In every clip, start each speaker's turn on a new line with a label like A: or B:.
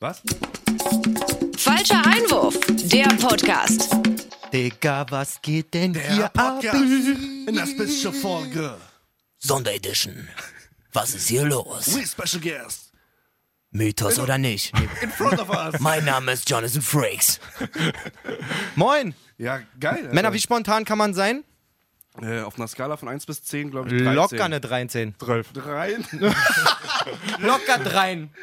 A: Was?
B: Falscher Einwurf, der Podcast.
C: Digga, was geht denn hier ab?
D: in der Special Folge.
C: Sonderedition. Was ist hier los?
D: We Special Guest.
C: Mythos oder nicht?
D: In front of us.
C: Mein Name ist Jonathan Frakes. Moin!
D: Äh,
A: Ja, geil.
C: Männer, wie spontan kann man sein?
A: äh, auf einer Skala von 1 bis 10, glaube ich, 13.
C: Locker eine 13.
A: 12. 3.
C: Locker 3.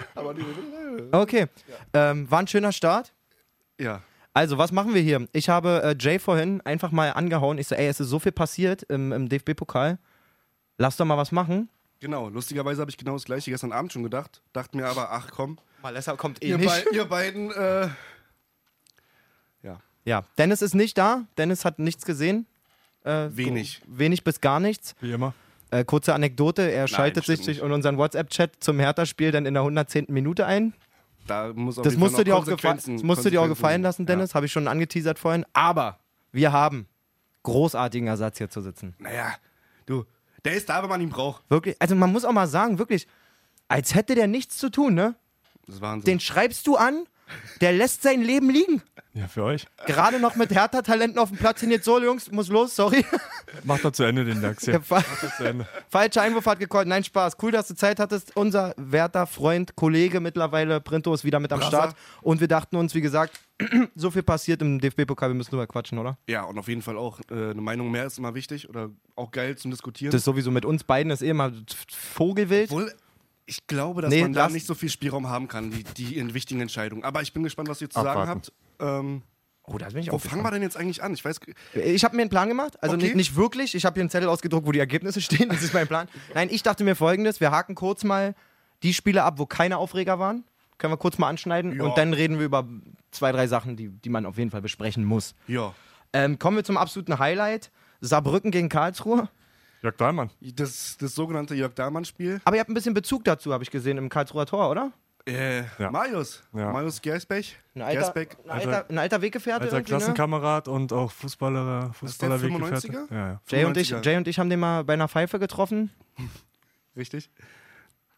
C: Okay. Ähm, war ein schöner Start.
A: ja.
C: Also, was machen wir hier? Ich habe äh, Jay vorhin einfach mal angehauen. Ich so, ey, es ist so viel passiert im, im DFB-Pokal. Lass doch mal was machen.
A: Genau, lustigerweise habe ich genau das gleiche gestern Abend schon gedacht. Dachte mir aber, ach komm,
C: Malessa kommt eh
A: ihr, bei, ihr beiden, äh, ja,
C: Ja, Dennis ist nicht da. Dennis hat nichts gesehen. Äh,
A: Wenig.
C: gro- Wenig bis gar nichts.
D: Wie immer.
C: Äh, kurze Anekdote: Er schaltet
A: stimmt
C: sich durch in unseren WhatsApp-Chat zum Hertha-Spiel dann in der 110. Minute ein.
A: da muss auf
C: Das
A: jeden Fall
C: musst, du
A: noch
C: dir, auch gefa-
A: Konsequenzen-
C: das musst du dir auch
A: Konsequenzen-
C: gefallen lassen, Dennis. Habe ich schon angeteasert vorhin. Aber wir haben großartigen Ersatz hier zu sitzen.
A: Ja. Naja, du, der ist da, wenn man ihn braucht.
C: Wirklich. Also, man muss auch mal sagen, wirklich, als hätte der nichts zu tun, ne?
A: Das ist Wahnsinn.
C: Den schreibst du an, der lässt sein Leben liegen.
E: Ja, für euch.
C: Gerade noch mit Hertha-Talenten auf dem Platz hin. Jetzt so, Jungs, muss los, sorry.
E: Macht doch zu Ende den Lachs
C: Der
E: hier.
C: Fa-
E: Zu Ende.
C: Falscher Einwurf hat gecallt. Nein, Spaß. Cool, dass du Zeit hattest. Unser werter Freund, Kollege mittlerweile, Printo ist wieder mit am
A: Brasser.
C: Start. Und wir dachten uns, wie gesagt, so viel passiert im DFB-Pokal, wir müssen drüber quatschen, oder?
A: ja, und auf jeden Fall auch, äh, eine Meinung mehr ist immer wichtig oder auch geil zum Diskutieren.
C: Das ist sowieso mit uns beiden ist eh immer Vogelwild.
A: Obwohl, ich glaube, dass
C: Nee,
A: man da
C: lass-
A: nicht so viel Spielraum haben kann, die, die in wichtigen Entscheidungen. Aber ich bin gespannt, was ihr zu sagen
E: Abwarten.
A: habt. Ähm,
C: Oh, da bin ich
A: wo fangen wir denn jetzt eigentlich an? Ich weiß, g-
C: Ich habe mir einen Plan gemacht, also
A: Okay.
C: nicht, nicht wirklich. Ich habe hier einen Zettel ausgedruckt, wo die Ergebnisse stehen. Das ist mein Plan. Nein, ich dachte mir folgendes: Wir haken kurz mal die Spiele ab, wo keine Aufreger waren. Können wir kurz mal anschneiden
A: Ja.
C: und dann reden wir über zwei, drei Sachen, die, die man auf jeden Fall besprechen muss.
A: ja,
C: Ähm, kommen wir zum absoluten Highlight. Saarbrücken gegen Karlsruhe.
E: Jörg Dahlmann.
A: das, das sogenannte Jörg-Dahlmann-Spiel.
C: Aber ihr habt ein bisschen Bezug dazu, habe ich gesehen, im Karlsruher Tor, oder?
A: Äh,
E: Ja.
A: Marius.
E: Ja.
A: Marius Gersbeck.
C: Ein alter,
A: Gersbeck.
C: ein alter, ein alter Weggefährte.
E: Alter
C: irgendwie, ne?
E: Klassenkamerad und auch Fußballer,
A: der
E: Fußballer Weggefährte.
A: 95er?
E: Ja, ja.
C: Jay und, ich,
A: 95er.
C: Jay und ich haben den mal bei einer Pfeife getroffen.
A: Richtig?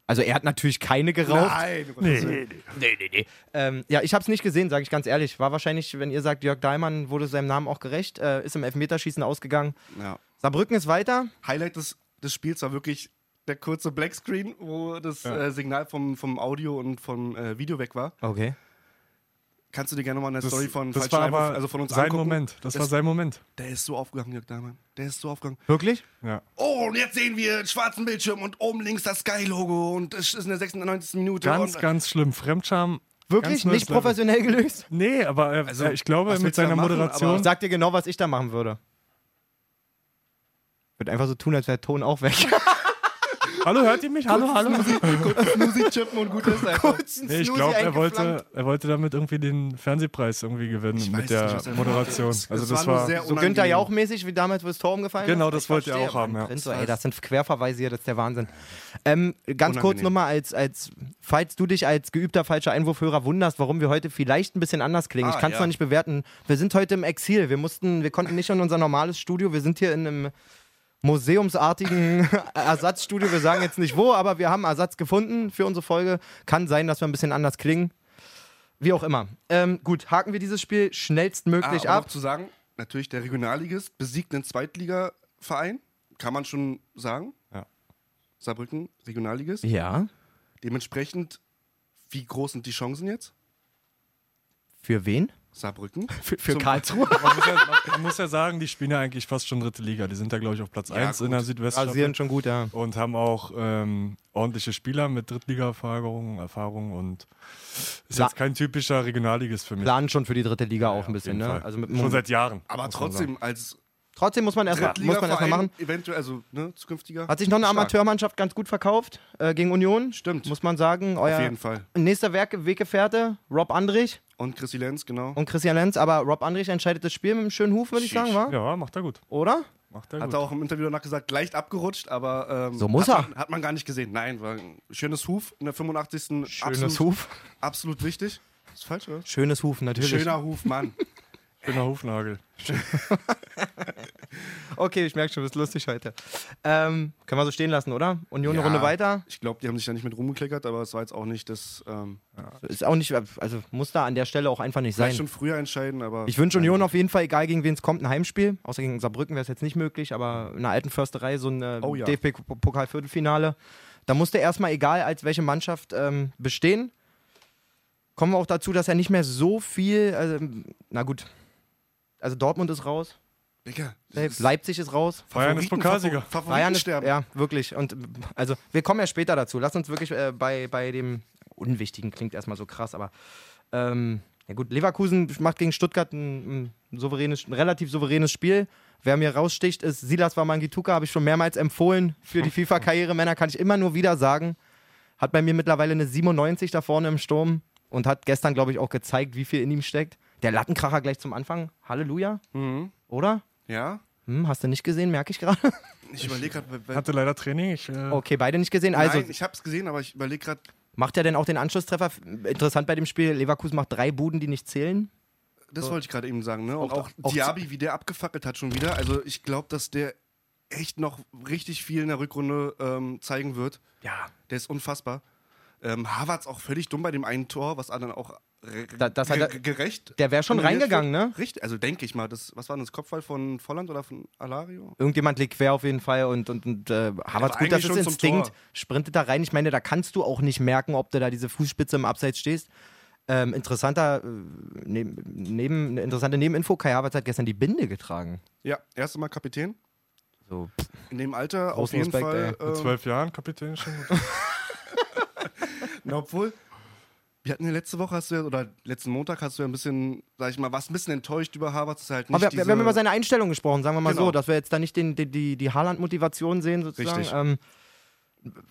C: Also er hat natürlich keine geraucht.
A: Nein. um Nee.
C: Ähm, ja, ich habe es nicht gesehen, sage ich ganz ehrlich. War wahrscheinlich, wenn ihr sagt, Jörg Dahlmann wurde seinem Namen auch gerecht, äh, ist im Elfmeterschießen ausgegangen.
A: Ja.
C: Saarbrücken ist weiter.
A: Highlight des, des Spiels war wirklich der kurze Blackscreen, wo das
E: Ja.
A: äh, Signal vom, vom Audio und vom äh, Video weg war.
C: Okay.
A: Kannst du dir gerne mal eine Story von
E: das
A: Falschen
E: war
A: Einwurf-
E: aber
A: also von uns
E: sein
A: angucken?
E: Moment. Das, war
A: Das-
E: sein Moment.
A: Der ist so aufgegangen, Jörg Dahlmann. Der ist so aufgegangen.
C: Wirklich?
E: Ja.
A: Oh, und jetzt sehen wir den schwarzen Bildschirm und oben links das Sky-Logo und es ist in der 96. Minute.
E: Ganz,
A: und,
E: ganz schlimm. Fremdscham.
C: Wirklich?
E: ganz neues
C: Nicht
E: Level.
C: professionell gelöst?
E: Nee, aber äh,
A: Also,
E: äh, ich glaube,
A: was
E: mit
A: willst du da
E: seiner
A: machen,
E: Moderation.
A: aber-
C: Ich sag dir genau, was ich da machen würde. Würde einfach so tun, als wäre der Ton auch weg.
E: Hallo, hört ihr mich? Hallo, hallo.
A: Musik chippen und gut ist einfach.
E: Nee, ich glaube, er wollte, er wollte damit irgendwie den Fernsehpreis irgendwie gewinnen
A: Ich weiß
E: mit der
A: nicht, was er-
E: Moderation. Also das
A: nur
E: war.
A: sehr
C: So
A: unangenehm.
C: Günther Jauch-mäßig, wie damals, wo das Tor umgefallen
E: Genau,
C: ist?
E: das
C: Ich
E: wollte er
C: verstehe,
E: auch haben,
C: Mann,
E: ja.
C: Prinz, ey, das sind Querverweise hier, das ist der Wahnsinn. Ähm, ganz
A: Unangenehm.
C: kurz nochmal, als, als, falls du dich als geübter falscher Einwurfhörer wunderst, warum wir heute vielleicht ein bisschen anders klingen.
A: Ah,
C: ich kann es
A: ja.
C: noch nicht bewerten. Wir sind heute im Exil. Wir mussten, wir konnten nicht in unser normales Studio. Wir sind hier in einem museumsartigen Ersatzstudio. Wir sagen jetzt nicht wo, aber wir haben Ersatz gefunden für unsere Folge. Kann sein, dass wir ein bisschen anders klingen. Wie auch immer. Ähm, gut, haken wir dieses Spiel
A: Ah,
C: schnellstmöglich
A: aber
C: ab.
A: noch zu sagen, natürlich der Regionalligist besiegt einen Zweitligaverein, kann man schon sagen.
E: Ja.
A: Saarbrücken, Regionalligist.
C: Ja.
A: Dementsprechend, wie groß sind die Chancen jetzt?
C: Für wen?
A: Saarbrücken.
C: Für, für
A: Zum-
C: Karlsruhe?
E: Man muss, ja, man, man muss ja sagen, die spielen ja eigentlich fast schon dritte Liga. Die sind da, glaube ich, auf Platz
A: Ja,
E: 1 in
A: gut.
E: der Südweststaffel.
C: Rasieren Also, schon gut, ja.
E: und haben auch ähm, ordentliche Spieler mit Drittliga-Erfahrung Erfahrung und ist
C: La-
E: jetzt kein typischer Regionalligist für mich.
C: Planen schon für die dritte Liga auch ein
E: Auf
C: bisschen,
E: jeden
C: ne?
E: Fall.
C: Also mit,
E: Schon seit Jahren.
A: Aber
E: muss man sagen.
A: trotzdem als
C: trotzdem muss man erstmal muss man erstmal
A: Drittligaverein
C: machen.
A: Eventuell, also ne, zukünftiger.
C: Hat sich noch eine
A: stark.
C: Amateurmannschaft ganz gut verkauft äh, gegen Union.
A: Stimmt.
C: Muss man sagen. Euer
A: Auf jeden Fall.
C: nächster Werk Weggefährte, Rob Andrich
A: Und Chrissy Lenz, genau.
C: und Christian Lenz. Aber Rob Andrich entscheidet das Spiel mit einem schönen Huf, würde ich
A: Sheesh.
C: sagen, war?
E: Ja, macht er gut.
C: Oder?
E: Macht er
A: Hat
E: gut.
A: er auch im Interview danach gesagt, leicht abgerutscht, aber ähm,
C: So muss
A: hat
C: er.
A: Man, hat man gar nicht gesehen. Nein, war ein schönes Huf in der 85. absolut,
C: Huf.
A: Absolut wichtig. Ist falsch, oder?
C: Schönes Huf, natürlich.
A: Schöner Huf, Mann.
E: Schöner Hufnagel.
C: Okay, ich merke schon, das ist lustig heute. Ähm, können wir so stehen lassen, oder? Union eine
A: Ja.
C: Runde weiter.
A: Ich glaube, die haben sich da nicht mit rumgekleckert, aber es war jetzt auch nicht das. Ähm,
C: Ist auch nicht, also muss da an der Stelle auch einfach nicht
A: vielleicht schon
C: sein.
A: früher entscheiden, aber.
C: Ich wünsche Union auf jeden Fall, egal gegen wen es kommt, ein Heimspiel. Außer gegen Saarbrücken wäre es jetzt nicht möglich, aber in der alten Försterei so ein
A: Oh ja.
C: DFB-Pokal-Viertelfinale. Da musste erstmal, egal als welche Mannschaft, ähm, bestehen. Kommen wir auch dazu, dass er nicht mehr so viel, also, na gut, also Dortmund ist raus,
A: Digga, das ist-
C: Leipzig ist raus.
E: Bayern ist
A: Favoriten-
E: Pokalsieger.
A: Favor- Favoriten
C: Bayern ist,
A: sterben.
C: ja, wirklich. Und ähm, also, wir kommen ja später dazu. Lass uns wirklich äh, bei, bei dem Unwichtigen klingt erstmal so krass, aber ähm, ja gut, Leverkusen macht gegen Stuttgart ein, ein, souveränes, ein relativ souveränes Spiel. Wer mir raussticht, ist Silas Wamangituka, habe ich schon mehrmals empfohlen für die FIFA-Karriere. Männer kann ich immer nur wieder sagen. Hat bei mir mittlerweile eine 97 da vorne im Sturm und hat gestern, glaube ich, auch gezeigt, wie viel in ihm steckt. Der Lattenkracher gleich zum Anfang. Halleluja,
A: Mhm.
C: oder?
A: Ja,
C: Hm, hast du nicht gesehen, merke ich gerade.
A: ich überlege gerade.
E: Hatte leider Training. Ich, äh,
C: Okay, beide nicht gesehen. Also,
A: Also, Nein, ich habe es gesehen, aber ich überlege gerade.
C: Macht er denn auch den Anschlusstreffer? F- Interessant bei dem Spiel, Leverkusen macht drei Buden, die nicht zählen.
A: Das wollte ich gerade eben sagen, ne? Und
C: Auch-
A: auch,
C: auch-
A: Diaby, wie der abgefackelt hat schon wieder. Also ich glaube, dass der echt noch richtig viel in der Rückrunde ähm, zeigen wird.
C: Ja.
A: Der ist unfassbar. Ähm, Havertz auch völlig dumm bei dem einen Tor, was anderen auch re-
C: Da- das hat
A: ge-
C: er-
A: ge- gerecht.
C: der wär schon
A: annulliert
C: reingegangen,
A: wird.
C: ne?
A: Richtig, also denke ich mal. Das, was war denn das Kopfball von Volland oder von Alario?
C: Irgendjemand liegt quer auf jeden Fall und, und, und äh, Havertz,
A: war
C: gut, das
A: Also eigentlich
C: ist
A: schon zum
C: Instinkt,
A: Tor.
C: sprintet da rein. Ich meine, da kannst du auch nicht merken, ob du da diese Fußspitze im Abseits stehst. Ähm, interessanter, äh, neben, neben, eine interessante Nebeninfo, Kai Havertz hat gestern die Binde getragen.
A: Ja, erste Mal Kapitän.
C: So,
A: In dem Alter auf
C: Großen
A: jeden
C: Respekt,
A: Fall.
E: mit
A: ähm,
E: zwölf Jahren Kapitän schon.
A: Na, obwohl, wir hatten ja letzte Woche, hast du ja, oder letzten Montag hast du ja ein bisschen, sag ich mal, was ein bisschen enttäuscht über Harvard, dass er halt nicht
C: Aber wir,
A: diese,
C: wir haben über seine Einstellung gesprochen, sagen wir mal
A: Genau.
C: so, dass wir jetzt da nicht den, den, die, die Haaland-Motivation sehen, sozusagen.
A: Richtig.
C: Ähm,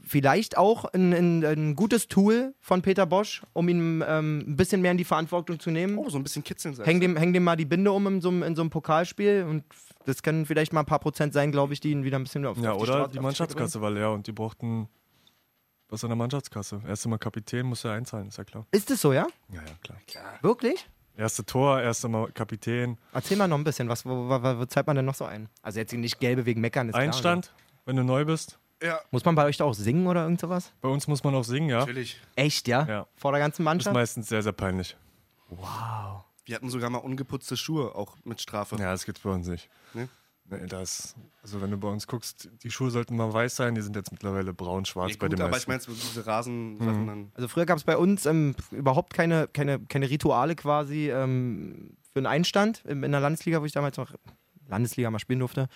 C: vielleicht auch ein, ein, ein gutes Tool von Peter Bosch, um ihn ähm, ein bisschen mehr in die Verantwortung zu nehmen.
A: oh, so ein bisschen kitzeln sein.
C: Häng, dem, häng dem mal die Binde um in so, einem- in so einem Pokalspiel und das können vielleicht mal ein paar Prozent sein, glaube ich, die ihn wieder ein bisschen auf
E: Ja,
C: auf die
E: oder
C: Straße-
E: die
C: auf Strecke
E: Mannschaftskasse war leer und die brauchten was an der Mannschaftskasse. Erst einmal Kapitän, muss er einzahlen, ist ja klar.
C: bringen. Ist es so, ja?
E: Ja, ja, klar.
C: Wirklich?
E: Erste Tor, erst einmal Kapitän.
C: Erzähl mal noch ein bisschen, was, wo, wo, wo zahlt man denn noch so ein? Also jetzt nicht gelbe wegen Meckern, ist klar.
E: Einstand, wenn du neu bist.
A: Ja,
C: Muss man bei euch da auch singen oder irgend sowas?
E: Bei uns muss man auch singen, ja.
A: natürlich.
C: Echt, ja?
E: Ja.
C: Vor der ganzen
E: Ist
C: Mannschaft?
E: meistens sehr, sehr peinlich.
A: Wir hatten sogar mal ungeputzte Schuhe, auch mit Strafe.
E: Ja, das gibt's bei uns nicht.
A: Nee?
E: Nee, das, also wenn du bei uns guckst, die Schuhe sollten mal weiß sein, die sind jetzt mittlerweile braun, schwarz
A: Nee,
E: bei
A: gut,
E: den
A: aber ich
E: meisten.
A: meine, diese Rasensachen dann.
C: Also früher gab es bei uns ähm, überhaupt keine, keine, keine Rituale quasi ähm, für einen Einstand in, in der Landesliga, wo ich damals noch Landesliga mal spielen durfte.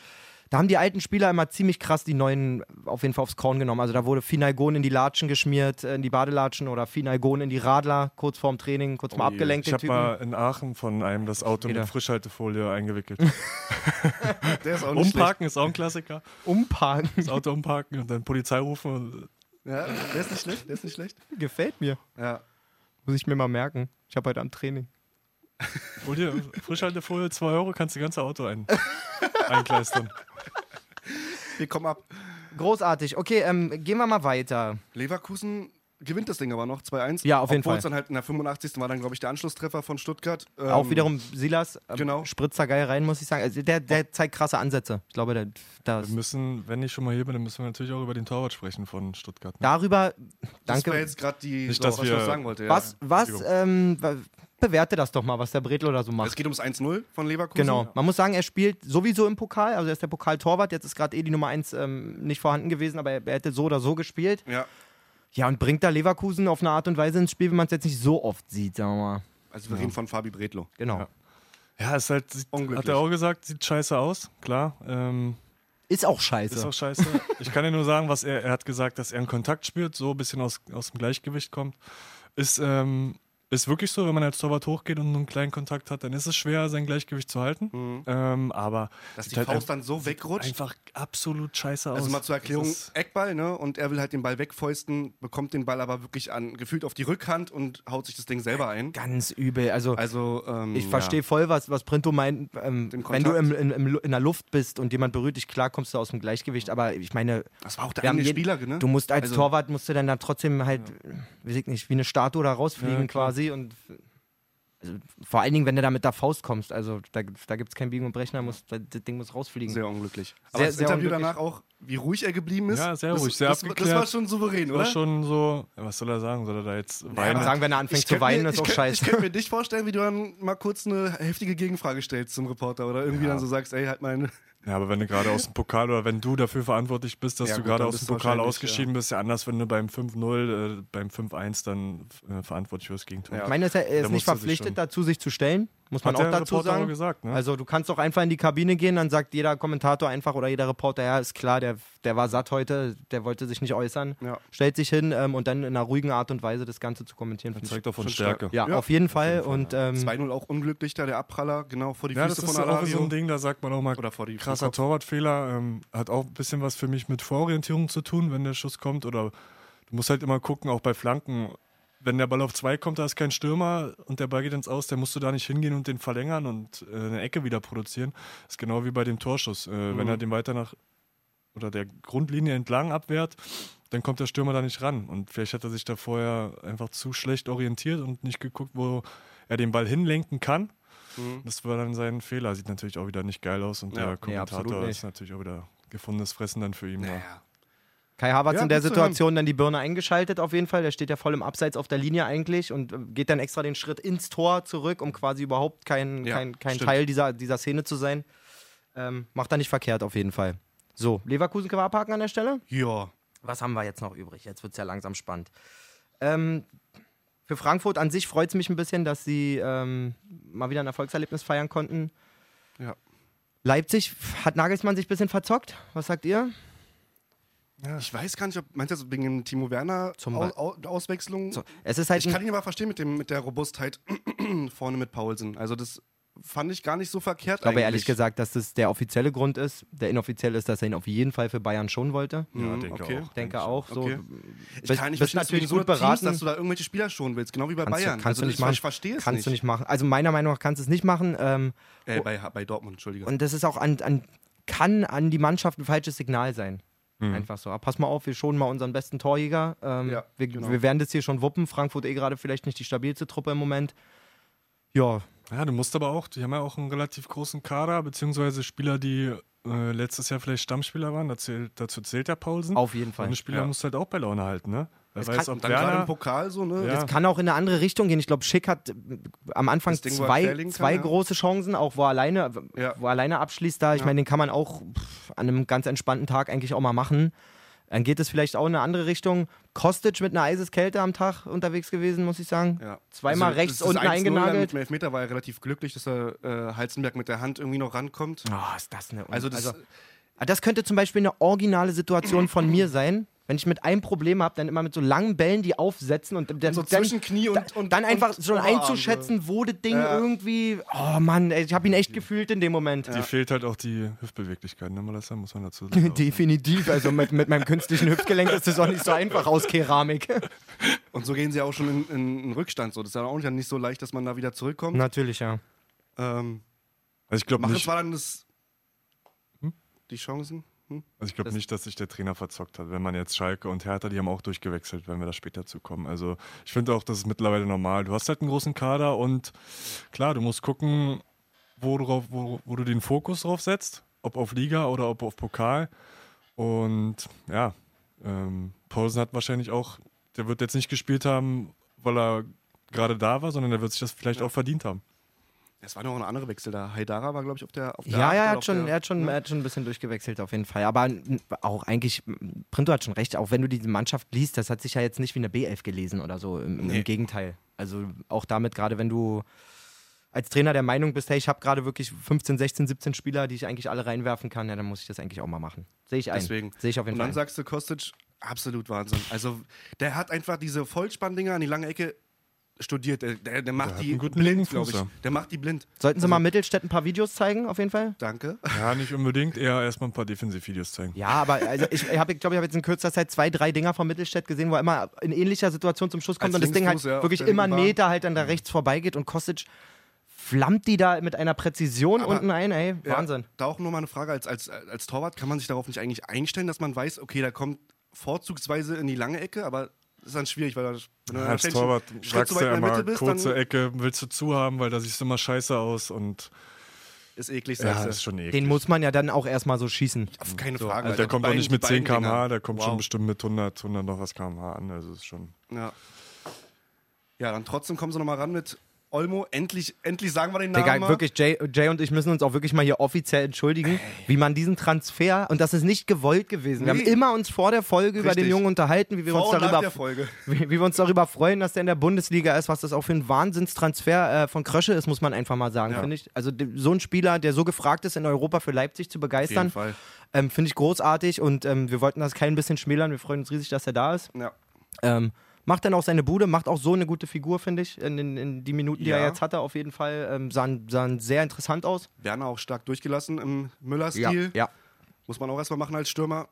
C: Da haben die alten Spieler immer ziemlich krass die neuen auf jeden Fall aufs Korn genommen. Also da wurde Finalgon in die Latschen geschmiert, äh, in die Badelatschen oder Finalgon in die Radler, kurz vorm Training, kurz mal abgelenkt
E: Oh ich
C: den
E: habe
C: Typen.
E: mal in Aachen von einem das Auto
C: Jeder.
E: mit Frischhaltefolie eingewickelt.
A: Der ist auch nicht schlecht.
E: Umparken ist auch ein Klassiker.
C: Umparken.
E: Das Auto umparken und dann Polizei rufen.
A: Ja, der ist nicht schlecht, der ist nicht schlecht.
C: Gefällt mir.
A: Ja.
C: Muss ich mir mal merken. Ich habe heute am Training.
E: Hol dir Frischhaltefolie, 2 Euro, kannst du das ganze Auto ein, einkleistern.
A: Wir kommen ab.
C: Großartig. Okay, ähm, gehen wir mal weiter.
A: Leverkusen gewinnt das Ding aber noch, 2-1.
C: Ja, auf jeden
A: Obwohl
C: Fall.
A: es dann halt in der 85. war dann, glaube ich, der Anschlusstreffer von Stuttgart. Ähm,
C: Auch wiederum Silas, ähm,
A: genau.
C: Spritzer geil rein, muss ich sagen. Also der, der zeigt krasse Ansätze. Ich glaube, der, das.
E: Wir müssen, wenn ich schon mal hier bin, dann müssen wir natürlich auch über den Torwart sprechen von Stuttgart. ne?
C: Darüber,
A: Das war
C: danke.
A: jetzt gerade die,
E: Nicht,
A: so,
E: dass
A: was ich
E: wir-
A: noch sagen wollte. Ja.
C: Was, was, ähm, wa- bewerte das doch mal, was der Bretlo da so
A: Es
C: macht.
A: geht ums 1-0 von Leverkusen.
C: Genau. Man muss sagen, er spielt sowieso im Pokal, also er ist der Pokaltorwart, jetzt ist gerade eh die Nummer 1 ähm, nicht vorhanden gewesen, aber er, er hätte so oder so gespielt.
A: Ja.
C: Ja, und bringt da Leverkusen auf eine Art und Weise ins Spiel, wie man es jetzt nicht so oft sieht, sagen wir mal.
A: Also wir reden von Fabi Bredlo.
C: Genau.
E: Ja. Ja, ist halt, sieht, hat
A: Unglücklich.
E: er auch gesagt, sieht scheiße aus, klar. Ähm,
C: Ist auch scheiße.
E: ist auch scheiße. Ich kann dir nur sagen, was er, er hat gesagt, dass er einen Kontakt spürt, so ein bisschen aus, aus dem Gleichgewicht kommt. Ist, ähm, ist wirklich so, wenn man als Torwart hochgeht und einen kleinen Kontakt hat, dann ist es schwer, sein Gleichgewicht zu halten. Ähm, aber
A: Mhm. Dass
E: sieht
A: die Faust
E: ein-
A: dann
C: äh,
A: so wegrutscht.
E: einfach absolut scheiße aus.
A: Also mal zur Erklärung,
E: Das ist-
A: Eckball, ne? Und er will halt den Ball wegfäusten, bekommt den Ball aber wirklich an, gefühlt auf die Rückhand und haut sich das Ding selber ein.
C: Ganz übel. Also,
A: Also, ähm,
C: Ich verstehe voll, was, was Printo meint. Ähm,
A: Den
C: wenn du
A: Kontakt.
C: im, im, im, Lu- in der Luft bist und jemand berührt dich, klar kommst du aus dem Gleichgewicht. Aber ich meine,
A: Ja. Das war auch der
C: wir haben
A: eigene
C: jeden-
A: Spieler, ne?
C: du musst als
A: Also-
C: Torwart, musst du dann da trotzdem halt, weiß ich nicht, wie eine Statue da rausfliegen
E: Ja, klar.
C: quasi. Und vor allen Dingen, wenn du da mit der Faust kommst, also da, da gibt es kein Biegen und Brechen, da muss, das Ding muss rausfliegen.
A: Sehr unglücklich. Aber
C: Sehr-
A: das
C: sehr
A: Interview
C: unglücklich.
A: danach auch, wie ruhig er geblieben ist.
E: Ja, sehr
A: das,
E: ruhig, sehr
A: das, Das war
E: abgeklärt.
A: schon souverän,
E: War
A: oder?
E: schon so, ja, was soll er sagen? Soll er da jetzt
C: Kann
E: weinen?
C: sagen, wenn er anfängt zu
A: könnt
C: weinen,
A: mir,
C: ist
A: ich
C: auch
A: könnt-
C: scheiße.
A: Ich könnte mir nicht vorstellen, wie du dann mal kurz eine heftige Gegenfrage stellst zum Reporter oder irgendwie dann so sagst, ey, halt meine.
E: Ja, aber wenn du gerade aus dem Pokal oder wenn du dafür verantwortlich bist, dass
A: Ja,
E: du
A: gut,
E: gerade
A: dann
E: aus dem
A: bist du
E: Pokal
A: wahrscheinlich,
E: ausgeschieden bist, ja anders, wenn du beim 5-0, äh, beim 5-1 dann äh, verantwortlich fürs Gegentor.
A: Ja.
C: Ich meine, er ist, ja- er
E: Da
C: ist nicht
E: musst du sich
C: verpflichtet
E: schon-
C: dazu, sich zu stellen. Muss
E: Hat
C: man
E: der
C: auch dazu
E: Reporter
C: sagen.
E: aber gesagt, ne?
C: Also du kannst doch einfach in die Kabine gehen, dann sagt jeder Kommentator einfach oder jeder Reporter, ja, ist klar, der, der war satt heute, der wollte sich nicht äußern.
A: Ja.
C: Stellt sich hin ähm, und dann in einer ruhigen Art und Weise das Ganze zu kommentieren. finde ich-
E: Zeigt doch von
A: schon
E: Stärke.
C: Ja, auf jeden Fall. Und ähm,
A: 2-0 auch unglücklich da, der Abpraller, genau vor die
E: Ja, das
A: Füße
E: ist
A: von
E: auch so
A: Alario.
E: ein Ding, da sagt man auch mal,
A: Oder vor die-
E: krasser
A: vom Kopf.
E: Torwartfehler, ähm, hat auch ein bisschen was für mich mit Vororientierung zu tun, wenn der Schuss kommt oder du musst halt immer gucken, auch bei Flanken, wenn der Ball auf zwei kommt, da ist kein Stürmer und der Ball geht ins Aus, dann musst du da nicht hingehen und den verlängern und äh, eine Ecke wieder produzieren. ist genau wie bei dem Torschuss. Äh, Wenn
A: Mhm.
E: er den weiter nach oder der Grundlinie entlang abwehrt, dann kommt der Stürmer da nicht ran. Und vielleicht hat er sich da vorher einfach zu schlecht orientiert und nicht geguckt, wo er den Ball hinlenken kann. Das war dann sein Fehler. Sieht natürlich auch wieder nicht geil aus. Und
A: Mhm. Ja,
E: der
A: nee,
E: Kommentator
C: absolut nicht.
E: ist natürlich auch wieder gefundenes Fressen dann für ihn. da.
A: Naja.
C: Kai Havertz
A: Ja,
C: in der
A: gut zu
C: Situation dann die Birne eingeschaltet auf jeden Fall. Der steht ja voll im Abseits auf der Linie eigentlich und äh, geht dann extra den Schritt ins Tor zurück, um quasi überhaupt kein,
A: Ja,
C: kein, kein
A: stimmt.
C: Teil dieser, dieser Szene zu sein. Ähm, macht er nicht verkehrt auf jeden Fall. So, Leverkusen können wir abhaken an der Stelle.
A: Ja.
C: Was haben wir jetzt noch übrig? Jetzt wird es ja langsam spannend. Ähm, für Frankfurt an sich freut es mich ein bisschen, dass sie ähm, mal wieder ein Erfolgserlebnis feiern konnten.
A: Ja.
C: Leipzig hat Nagelsmann sich ein bisschen verzockt. Was sagt ihr?
A: Ich weiß gar nicht, ob meinst du das wegen dem Timo Werner
C: Zum
A: Au- Au Auswechslung?
C: So, es ist halt
A: Ich
C: ein-
A: kann ihn aber verstehen mit, dem, mit der Robustheit vorne mit Paulsen. Also das fand ich gar nicht so verkehrt
C: Ich glaube
A: eigentlich.
C: ehrlich gesagt, dass das der offizielle Grund ist. Der inoffizielle ist, dass er ihn auf jeden Fall für Bayern schon wollte.
E: Ja,
A: Mhm,
E: denke
A: okay.
E: auch.
C: Denke auch. So.
A: Okay. Ich
C: Bist-
A: kann nicht verstehen,
C: bist
A: dass du
C: natürlich
A: in so
C: gut
A: Teams,
C: beraten.
A: dass du da irgendwelche Spieler schonen willst, genau wie bei
C: Kannst du-
A: Bayern.
C: kannst du
A: also
C: nicht
A: ich,
C: machen.
A: ich verstehe es
C: kannst
A: nicht.
C: du nicht machen. Also meiner Meinung nach kannst du es nicht machen. Ähm,
A: Äh, bei, bei Dortmund, Entschuldige.
C: und das ist auch an, an kann an die Mannschaft ein falsches Signal sein. Einfach so. Ah, Pass mal auf, wir schonen mal unseren besten Torjäger. Ähm,
A: Ja,
C: wir,
A: genau.
C: wir werden das hier schon wuppen. Frankfurt eh gerade vielleicht nicht die stabilste Truppe im Moment. Ja,
E: Ja, du musst aber auch, die haben ja auch einen relativ großen Kader, beziehungsweise Spieler, die äh, letztes Jahr vielleicht Stammspieler waren. Dazu, dazu zählt der Paulsen.
C: auf jeden Fall.
E: Und die Spieler
A: Ja.
E: musst du halt auch bei Laune halten, ne? Wer
C: kann-
E: weiß, ob
A: Dann gerade im
E: Werner,
A: Pokal so, ne?
E: Ja.
C: Es kann auch in eine andere Richtung gehen. Ich glaube, Schick hat äh, am Anfang
A: Das Ding, wo er
C: zwei,
A: querlegen kann,
C: zwei
A: ja.
C: große Chancen, auch wo er alleine,
A: Ja.
C: wo er alleine abschließt da. Ich meine, den kann man auch pff, an einem ganz entspannten Tag eigentlich auch mal machen. Dann geht es vielleicht auch in eine andere Richtung. Kostic mit einer Eiseskälte am Tag unterwegs gewesen, muss ich sagen.
A: Ja.
C: Zweimal
A: Also,
C: rechts
A: das- das
C: unten
A: 1-0 dann Mit
C: eingenagelt.
A: dem Elfmeter war er relativ glücklich, dass er äh, Halzenberg mit der Hand irgendwie noch rankommt.
C: Oh, ist das eine Un-
A: Also das,
C: Ah, Das könnte zum Beispiel eine originale Situation von mir sein. Wenn ich mit einem Problem habe, dann immer mit so langen Bällen, die aufsetzen und dann,
A: So
C: dann,
A: zwischen Knie und-
C: da-
A: und-
C: dann einfach
A: und
C: schon
A: Oberarm,
C: einzuschätzen, wo das Ding
A: Ja.
C: irgendwie. Oh Mann, ey, ich habe ihn echt gefühlt in dem Moment.
E: die fehlt halt auch die Hüftbeweglichkeit, ne? Malessa, muss man dazu sagen.
C: Definitiv. Also mit, mit meinem künstlichen Hüftgelenk ist das auch nicht so einfach aus Keramik.
A: und so gehen sie auch schon in, in, in Rückstand. So. Das ist ja auch nicht so leicht, dass man da wieder zurückkommt.
C: Natürlich, ja.
A: Ähm,
E: Also ich glaube
A: Mach
E: nicht,
A: war dann das.
C: Hm?
A: Die Chancen? Hm?
E: also ich glaub nicht, dass sich der Trainer verzockt hat. Wenn man jetzt Schalke und Hertha, die haben auch durchgewechselt, wenn wir da später zu kommen. Also ich finde auch, das ist mittlerweile normal. Du hast halt einen großen Kader und klar, du musst gucken, wo, drauf, wo, wo du den Fokus drauf setzt. Ob auf Liga oder ob auf Pokal. Und ja, ähm, Paulsen hat wahrscheinlich auch, der wird jetzt nicht gespielt haben, weil er gerade da war, sondern der wird sich das vielleicht auch verdient haben.
A: Es war noch ein anderer Wechsel da. Haidara war, glaube ich, auf der. Auf der
C: Ja,
A: Acht
C: ja, er
A: oder
C: hat,
A: auf
C: schon,
A: der- ne?
C: er, hat schon, er hat schon ein bisschen durchgewechselt auf jeden Fall. Aber n- auch eigentlich, m, Printo hat schon recht, auch wenn du diese Mannschaft liest, das hat sich ja jetzt nicht wie eine B11 gelesen oder so. Im, im
A: Nee.
C: Gegenteil. Also auch damit, gerade wenn du als Trainer der Meinung bist, hey, ich habe gerade wirklich 15, 16, 17 Spieler, die ich eigentlich alle reinwerfen kann, ja, dann muss ich das eigentlich auch mal machen. Sehe ich ein.
A: Deswegen.
C: Sehe ich auf jeden
A: Und dann
C: Fall. ein.
A: sagst du, Kostic, absolut Wahnsinn. Also, der hat einfach diese Vollspanndinger an die lange Ecke studiert. Der, der, der macht
E: hat
A: die
E: einen guten linken
A: blind, glaube
E: Fuß,
A: ich.
E: ja.
A: Der macht die blind.
C: Sollten Sie mal Mittelstädt ein paar Videos zeigen, auf jeden Fall?
A: Danke.
E: Ja, nicht unbedingt, eher erstmal ein paar Defensivvideos zeigen.
C: Ja, aber also ich glaube, ich, glaub, ich habe jetzt in kürzer Zeit zwei, drei Dinger von Mittelstädt gesehen, wo er immer in ähnlicher Situation zum Schuss kommt
A: Als
C: und das Ding halt
A: Linksfuß, ja, auf
C: wirklich
A: der Mhm.
C: immer einen
A: linken Bahn.
C: Meter halt dann da rechts vorbeigeht und Kostic flammt die da mit einer Präzision
A: Aber-
C: unten ein, ey, Wahnsinn.
A: Ja, da auch nur mal eine Frage. Als, als, als Torwart kann man sich darauf nicht eigentlich einstellen, dass man weiß, okay, da kommt vorzugsweise in die lange Ecke, aber ist dann schwierig, weil wenn du dann
E: Als
A: ständig einen
E: Torwart
A: Schritt zu
E: sagst
A: weit
E: du ja
A: in der
E: immer,
A: Mitte bist,
E: kurze
A: dann
E: Ecke willst du zu haben, weil da siehst du immer scheiße aus und
A: ist eklig,
E: ja,
A: sagst
E: das ist
A: du.
E: schon eklig.
C: Den muss man ja dann auch erstmal so schießen.
A: Auf keine Frage.
E: also
A: Alter.
E: der kommt auch
A: Bein-
E: nicht mit
A: halt die
E: 10 km/h,
A: Beindinger.
E: der kommt schon
A: Wow.
E: bestimmt mit 100, 100 noch was km/h an. Also ist schon.
A: Ja. ja, dann trotzdem kommen sie nochmal ran mit Olmo. Endlich, endlich sagen wir den Namen.
C: Digga,
A: mal.
C: wirklich, Jay, Jay und ich müssen uns auch wirklich mal hier offiziell entschuldigen, wie man diesen Transfer, und das ist nicht gewollt gewesen. Wir haben
A: Nee.
C: immer uns vor der Folge über den
A: Richtig.
C: Jungen unterhalten, wie wir,
A: Vor
C: uns
A: und nach der
C: darüber,
A: Folge.
C: wie, wie wir uns darüber freuen, dass der in der Bundesliga ist, was das auch für ein Wahnsinnstransfer äh, von Krösche ist, muss man einfach mal sagen,
A: Ja.
C: finde ich. Also de- so ein Spieler, der so gefragt ist, in Europa für Leipzig zu begeistern,
A: Fall.
C: ähm, finde ich großartig und ähm, wir wollten das kein bisschen schmälern. Wir freuen uns riesig, dass er da ist.
A: Ja.
C: Ähm, macht dann auch seine Bude, macht auch so eine gute Figur, finde ich. In, in, in die Minuten, die er
A: Ja.
C: jetzt hatte, auf jeden Fall. Ähm, sahen, sahen sehr interessant aus.
A: Werner auch stark durchgelassen im Müller-Stil.
C: ja.
A: Muss man auch erstmal machen als Stürmer.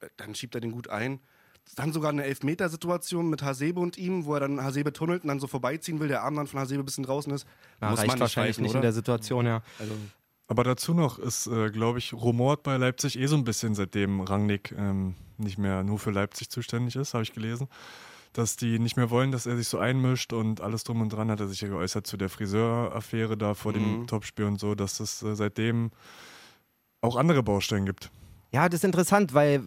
A: Äh, Dann schiebt er den gut ein. Dann sogar eine Elfmetersituation mit Hasebe und ihm, wo er dann Hasebe tunnelt und dann so vorbeiziehen will, der Arm dann von Hasebe ein bisschen draußen ist.
C: Ja, reicht wahrscheinlich
A: reichen,
C: nicht in der Situation, ja.
A: also,
E: Aber dazu noch ist, äh, glaube ich, rumort bei Leipzig eh so ein bisschen, seitdem Rangnick ähm, nicht mehr nur für Leipzig zuständig ist, habe ich gelesen. Dass die nicht mehr wollen, dass er sich so einmischt und alles drum und dran hat er sich ja geäußert zu der Friseuraffäre da vor dem Topspiel und so, dass es äh, seitdem auch andere Baustellen gibt.
C: Ja, das ist interessant, weil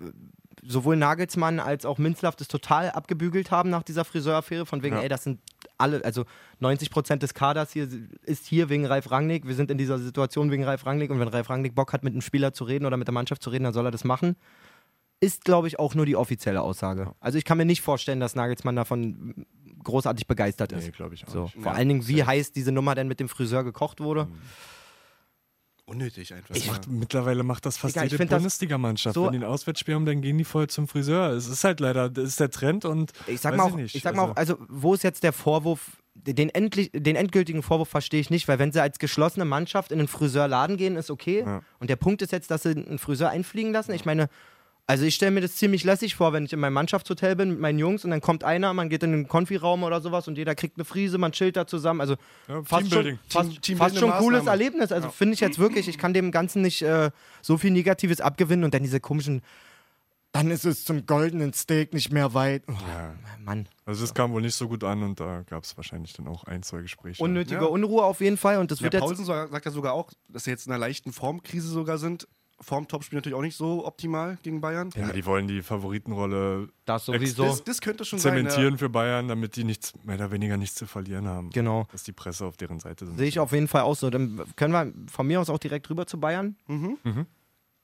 C: sowohl Nagelsmann als auch Minzlaff das total abgebügelt haben nach dieser Friseuraffäre, von wegen,
E: Ja.
C: ey, das sind alle, also 90 Prozent des Kaders hier ist hier wegen Ralf Rangnick. Wir sind in dieser Situation wegen Ralf Rangnick und wenn Ralf Rangnick Bock hat, mit einem Spieler zu reden oder mit der Mannschaft zu reden, dann soll er das machen. Ist, glaube ich, auch nur die offizielle Aussage. Also ich kann mir nicht vorstellen, dass Nagelsmann davon großartig begeistert ist.
E: glaube ich auch.
C: so.
E: nicht. Mhm.
C: Vor allen Dingen, wie heiß diese Nummer denn mit dem Friseur gekocht wurde.
A: unnötig einfach.
E: Das macht, mittlerweile macht das fast
C: Digga, ich
E: jede
C: find das
E: Bundesliga-Mannschaft.
C: so-
E: Wenn die ein Auswärtsspiel haben, dann gehen die voll zum Friseur. Es ist halt leider, das ist der Trend und
C: Ich sag
E: weiß
C: mal auch,
E: nicht.
C: ich sag mal auch, also wo ist jetzt der Vorwurf? Den, endlich, den endgültigen Vorwurf verstehe ich nicht, weil wenn sie als geschlossene Mannschaft in einen Friseurladen gehen, ist okay.
E: Ja.
C: Und der Punkt ist jetzt, dass sie einen Friseur einfliegen lassen. Ich meine, also ich stelle mir das ziemlich lässig vor, wenn ich in meinem Mannschaftshotel bin mit meinen Jungs und dann kommt einer, man geht in den Konfiraum oder sowas und jeder kriegt eine Frise, man chillt da zusammen. Also
E: ja,
C: fast schon,
E: Teambuilding.
C: fast,
A: Team-
C: fast schon
A: teambildende
C: cooles
A: Maßnahme.
C: Erlebnis. Also finde ich jetzt wirklich, ich kann dem Ganzen nicht äh, so viel Negatives abgewinnen und dann diese komischen, dann ist es zum goldenen Steak nicht mehr weit. Oh, Mann.
E: Also das kam wohl nicht so gut an und da gab es wahrscheinlich dann auch ein, zwei Gespräche.
C: Unnötige
A: Ja.
C: Unruhe auf jeden Fall und das
A: Ja,
C: wird jetzt.
A: Paulsen sogar- sagt ja sogar auch, dass sie jetzt in einer leichten Formkrise sogar sind. Form-Topspiel natürlich auch nicht so optimal gegen Bayern.
E: ja, die wollen die Favoritenrolle
C: Das
E: sowieso.
A: Das, das könnte schon
E: zementieren
A: sein. ne?
E: für Bayern, damit die nichts, mehr oder weniger nichts zu verlieren haben.
C: Genau.
E: Dass die Presse auf deren Seite sind.
C: Sehe ich auf jeden Fall auch so. Dann können wir von mir aus auch direkt rüber zu Bayern.
A: Mhm.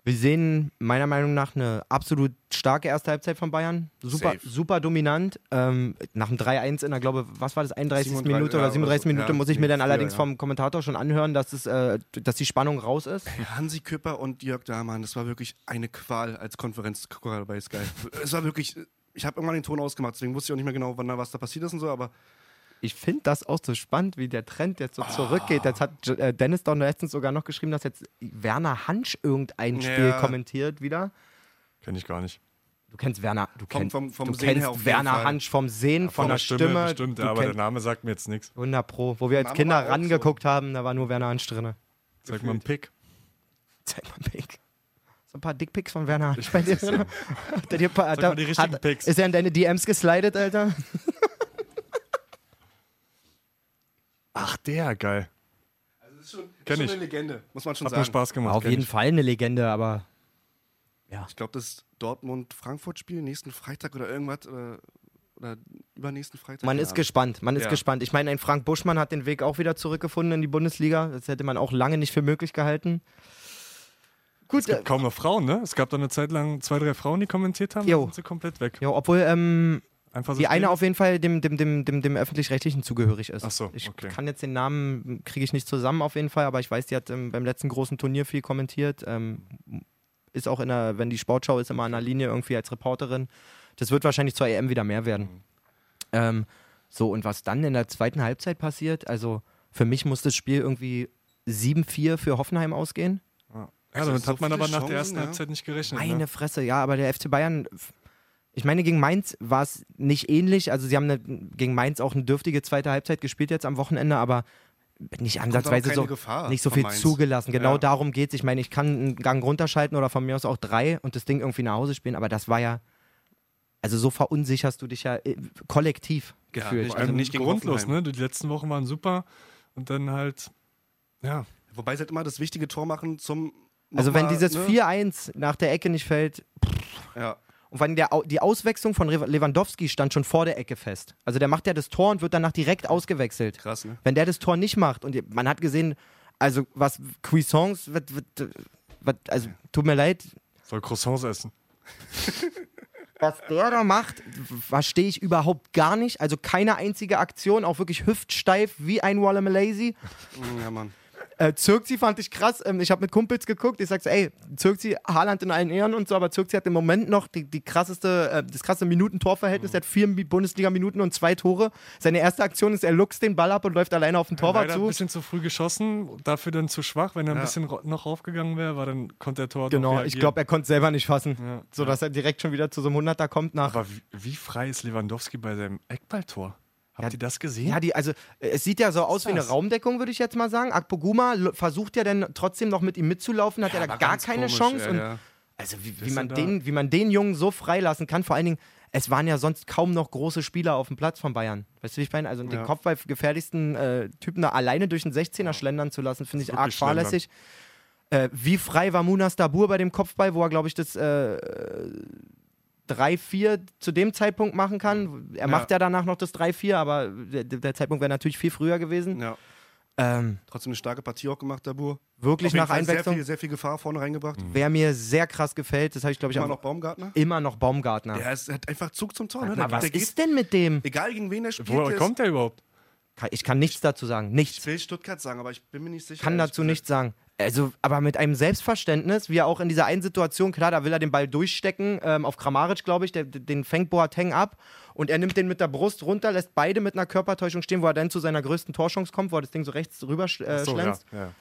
C: Wir sehen meiner Meinung nach eine absolut starke erste Halbzeit von Bayern. Super,
A: Safe.
C: super dominant. Ähm, nach dem 3-1 in der, glaube was war das, 31.
A: 37,
C: Minute
A: ja,
C: oder
A: oder
C: 37.
A: so.
C: Minute,
A: Ja,
C: muss ich mir
A: nee,
C: dann
A: früher,
C: allerdings
A: ja.
C: vom Kommentator schon anhören, dass, es, äh, dass die Spannung raus ist.
A: Ja. Hansi Küpper und Jörg Dahmann, das war wirklich eine Qual als Konferenzgucker bei Sky. es war wirklich, ich habe irgendwann den Ton ausgemacht, deswegen wusste ich auch nicht mehr genau, wann da was da passiert ist und so, aber
C: Ich finde das auch so spannend, wie der Trend jetzt
A: Oh.
C: so zurückgeht. Jetzt hat J- äh, Dennis doch letztens sogar noch geschrieben, dass jetzt Werner Hansch irgendein Spiel
A: Ja.
C: kommentiert wieder.
E: Kenne ich gar nicht.
C: Du kennst Werner, du,
A: Vom-
C: kenn,
A: vom- vom
C: du
A: Sehen her
C: kennst
A: auf jeden
C: Werner
A: Fall.
C: Hansch vom Sehen, von, der Stimme.
E: bestimmt,
C: du
E: ja, aber der
C: kennst,
E: Name sagt mir jetzt nichts.
C: 100 Pro. Wo wir als
A: Name
C: Kinder
A: war auch
C: rangeguckt haben, da war nur Werner Hansch drin.
E: Sag mal einen Pick.
C: Zeig mal Pick. So ein paar Dickpics von Werner Hansch bei dir. drin? Hat er dir ein paar- hat
E: mal
C: er-
E: die richtigen
C: hat-
E: Pics.
C: Ist er in deine DMs geslidet, Alter?
E: Ach, der, geil.
A: das ist schon,
E: Kenn schon ich.
A: eine
E: eine
A: Legende, muss man schon
E: Hat mir
A: sagen.
E: Spaß gemacht.
C: Auf
E: kenn
C: jeden
E: ich.
C: Fall eine Legende, aber
A: Ich glaube, das Dortmund-Frankfurt-Spiel nächsten Freitag oder irgendwas oder, oder übernächsten Freitag.
C: Man
A: keine
C: ist
A: Ahnung.
C: gespannt, man ist
A: Ja.
C: gespannt. Ich meine, ein Frank Buschmann hat den Weg auch wieder zurückgefunden in die Bundesliga. Das hätte man auch lange nicht für möglich gehalten. Gut, äh,
E: Es gibt kaum noch Frauen, ne? Es gab da eine Zeit lang zwei, drei Frauen, die kommentiert haben.
C: Jo.
E: dann sind sie komplett weg.
C: ja, obwohl ähm,
E: Einfach so
C: die eine
E: stehen.
C: auf jeden Fall dem, dem, dem, dem, dem öffentlich-rechtlichen zugehörig ist.
E: Ach so,
C: ich
E: okay.
C: kann jetzt den Namen, kriege ich nicht zusammen auf jeden Fall, aber ich weiß, die hat ähm, beim letzten großen Turnier viel kommentiert. Ähm, ist auch in der, wenn die Sportschau ist, immer an der Linie irgendwie als Reporterin. Das wird wahrscheinlich zur EM wieder mehr werden. Ähm, so, und was dann in der zweiten Halbzeit passiert, also für mich muss das Spiel irgendwie 7-4 für Hoffenheim ausgehen.
E: Ja, damit
A: Also so
E: hat man
A: viele
E: aber nach der
A: Chancen,
E: ersten
A: ja.
E: Halbzeit nicht gerechnet.
C: Meine
A: Mhm.
E: ne?
C: Fresse, ja, aber der FC Bayern, ich meine, gegen Mainz war es nicht ähnlich. Also, sie haben eine, gegen Mainz auch eine dürftige zweite Halbzeit gespielt jetzt am Wochenende, aber nicht ansatzweise
A: keine
C: so,
A: Gefahr
C: nicht so
A: von
C: viel
A: Mainz.
C: zugelassen. Genau
A: Ja.
C: darum geht es. Ich meine, ich kann einen Gang runterschalten oder von mir aus auch drei und das Ding irgendwie nach Hause spielen, aber das war ja Also so verunsicherst du dich ja äh, kollektiv
A: Ja,
C: gefühlt.
A: nicht-
E: Vor allem
A: Also
E: nicht
A: gegen
E: grundlos, ne?
A: Hoffenheim.
E: Die letzten Wochen waren super und dann halt, ja,
A: Wobei sie halt immer das wichtige Tor machen zum.
C: also wenn
A: nochmal,
C: dieses
A: ne?
C: 4-1 nach der Ecke nicht fällt,
A: Ja.
C: Und vor allem der, Au- die Auswechslung von Rew- Lewandowski stand schon vor der Ecke fest. Also der macht ja das Tor und wird danach direkt ausgewechselt.
A: Krass, ne?
C: Wenn der das Tor nicht macht und ihr- man hat gesehen, also was Cuisance, was, was, was, also tut mir leid,
E: soll Croissants essen.
C: was der da macht, verstehe ich überhaupt gar nicht. Also keine einzige Aktion, auch wirklich hüftsteif wie ein Waller Malaysia.
A: Ja, Mann.
C: Äh, Zirkzi fand ich krass. Ähm, ich habe mit Kumpels geguckt. Ich sagte, ey, Zirkzi, Haaland in allen Ehren und so, aber Zirkzi hat im Moment noch die, die krasseste, äh, das krasse Minuten-Tor-Verhältnis. Der hat vier Mi- Bundesliga-Minuten und zwei Tore. Seine erste Aktion ist, er luchst den Ball ab und läuft alleine auf den Torwart
E: Leider ein
C: zu.
E: bisschen zu früh geschossen, dafür dann zu schwach. Wenn er ein
A: Ja.
E: bisschen ro- noch raufgegangen wäre, war dann konnte der Tor noch
C: Genau, ich
E: reagieren.
C: glaube, er konnte selber nicht fassen,
E: Ja.
C: so dass er direkt schon wieder zu so einem 100er kommt nach.
E: Aber wie, wie frei ist Lewandowski bei seinem Eckballtor?
C: Ja,
E: Habt ihr das gesehen?
C: Ja, die, also äh, es sieht ja so aus wie eine
E: das?
C: Raumdeckung, würde ich jetzt mal sagen. Akpoguma l- versucht ja dann trotzdem noch mit ihm mitzulaufen, hat ja, da
A: Aber
C: gar
A: ganz
C: keine
A: komisch,
C: Chance.
A: ja,
C: und
A: ja.
C: Also wie, wie,
E: Bist
C: man
E: du da?
C: den, wie man den Jungen so freilassen kann, vor allen Dingen, es waren ja sonst kaum noch große Spieler auf dem Platz von Bayern. Weißt du, wie ich meine? Also den
A: Ja.
C: Kopf bei gefährlichsten äh, Typen da alleine durch den 16er schlendern zu lassen, finde ich arg
E: wirklich
C: fahrlässig. Äh, wie frei war Munas Dabur bei dem Kopfball, wo er, glaube ich, das äh, 3-4 zu dem Zeitpunkt machen kann. Er macht ja danach noch das 3-4, aber der, der Zeitpunkt wäre natürlich viel früher gewesen.
A: Ja.
C: Ähm,
A: Trotzdem eine starke Partie auch gemacht, Dabur.
C: wirklich
A: Auf jeden
C: nach
A: Fall Sehr
C: Einwechslung.
A: viel, sehr viel Gefahr vorne reingebracht.
E: Mhm.
C: Wer mir sehr krass gefällt, das habe ich, glaube ich,
A: Immer
C: auch
A: noch Baumgartner.
C: immer noch Baumgartner.
A: Ja, es hat einfach Zug zum Tor. Ne?
C: Na,
A: Der-
C: Halt was
A: der geht,
C: ist denn mit dem?
A: egal gegen wen er spielt. der
E: Woher
A: ist-
E: kommt der überhaupt?
C: Kann- Ich kann nichts dazu sagen.
A: Ich
C: Nichts.
A: will Stuttgart sagen, aber ich bin mir nicht sicher.
C: Kann
A: ehrlich
C: dazu
A: gesagt.
C: nichts sagen. Also, aber mit einem Selbstverständnis, wie er auch in dieser einen Situation, klar, da will er den Ball durchstecken, ähm, auf Kramaric, glaube ich, der, den fängt Boateng ab und er nimmt den mit der Brust runter, lässt beide mit einer Körpertäuschung stehen, wo er dann zu seiner größten Torschance kommt, wo er das Ding so rechts rüber sch äh,
E: So, ja,
C: schlänzt.
E: ja.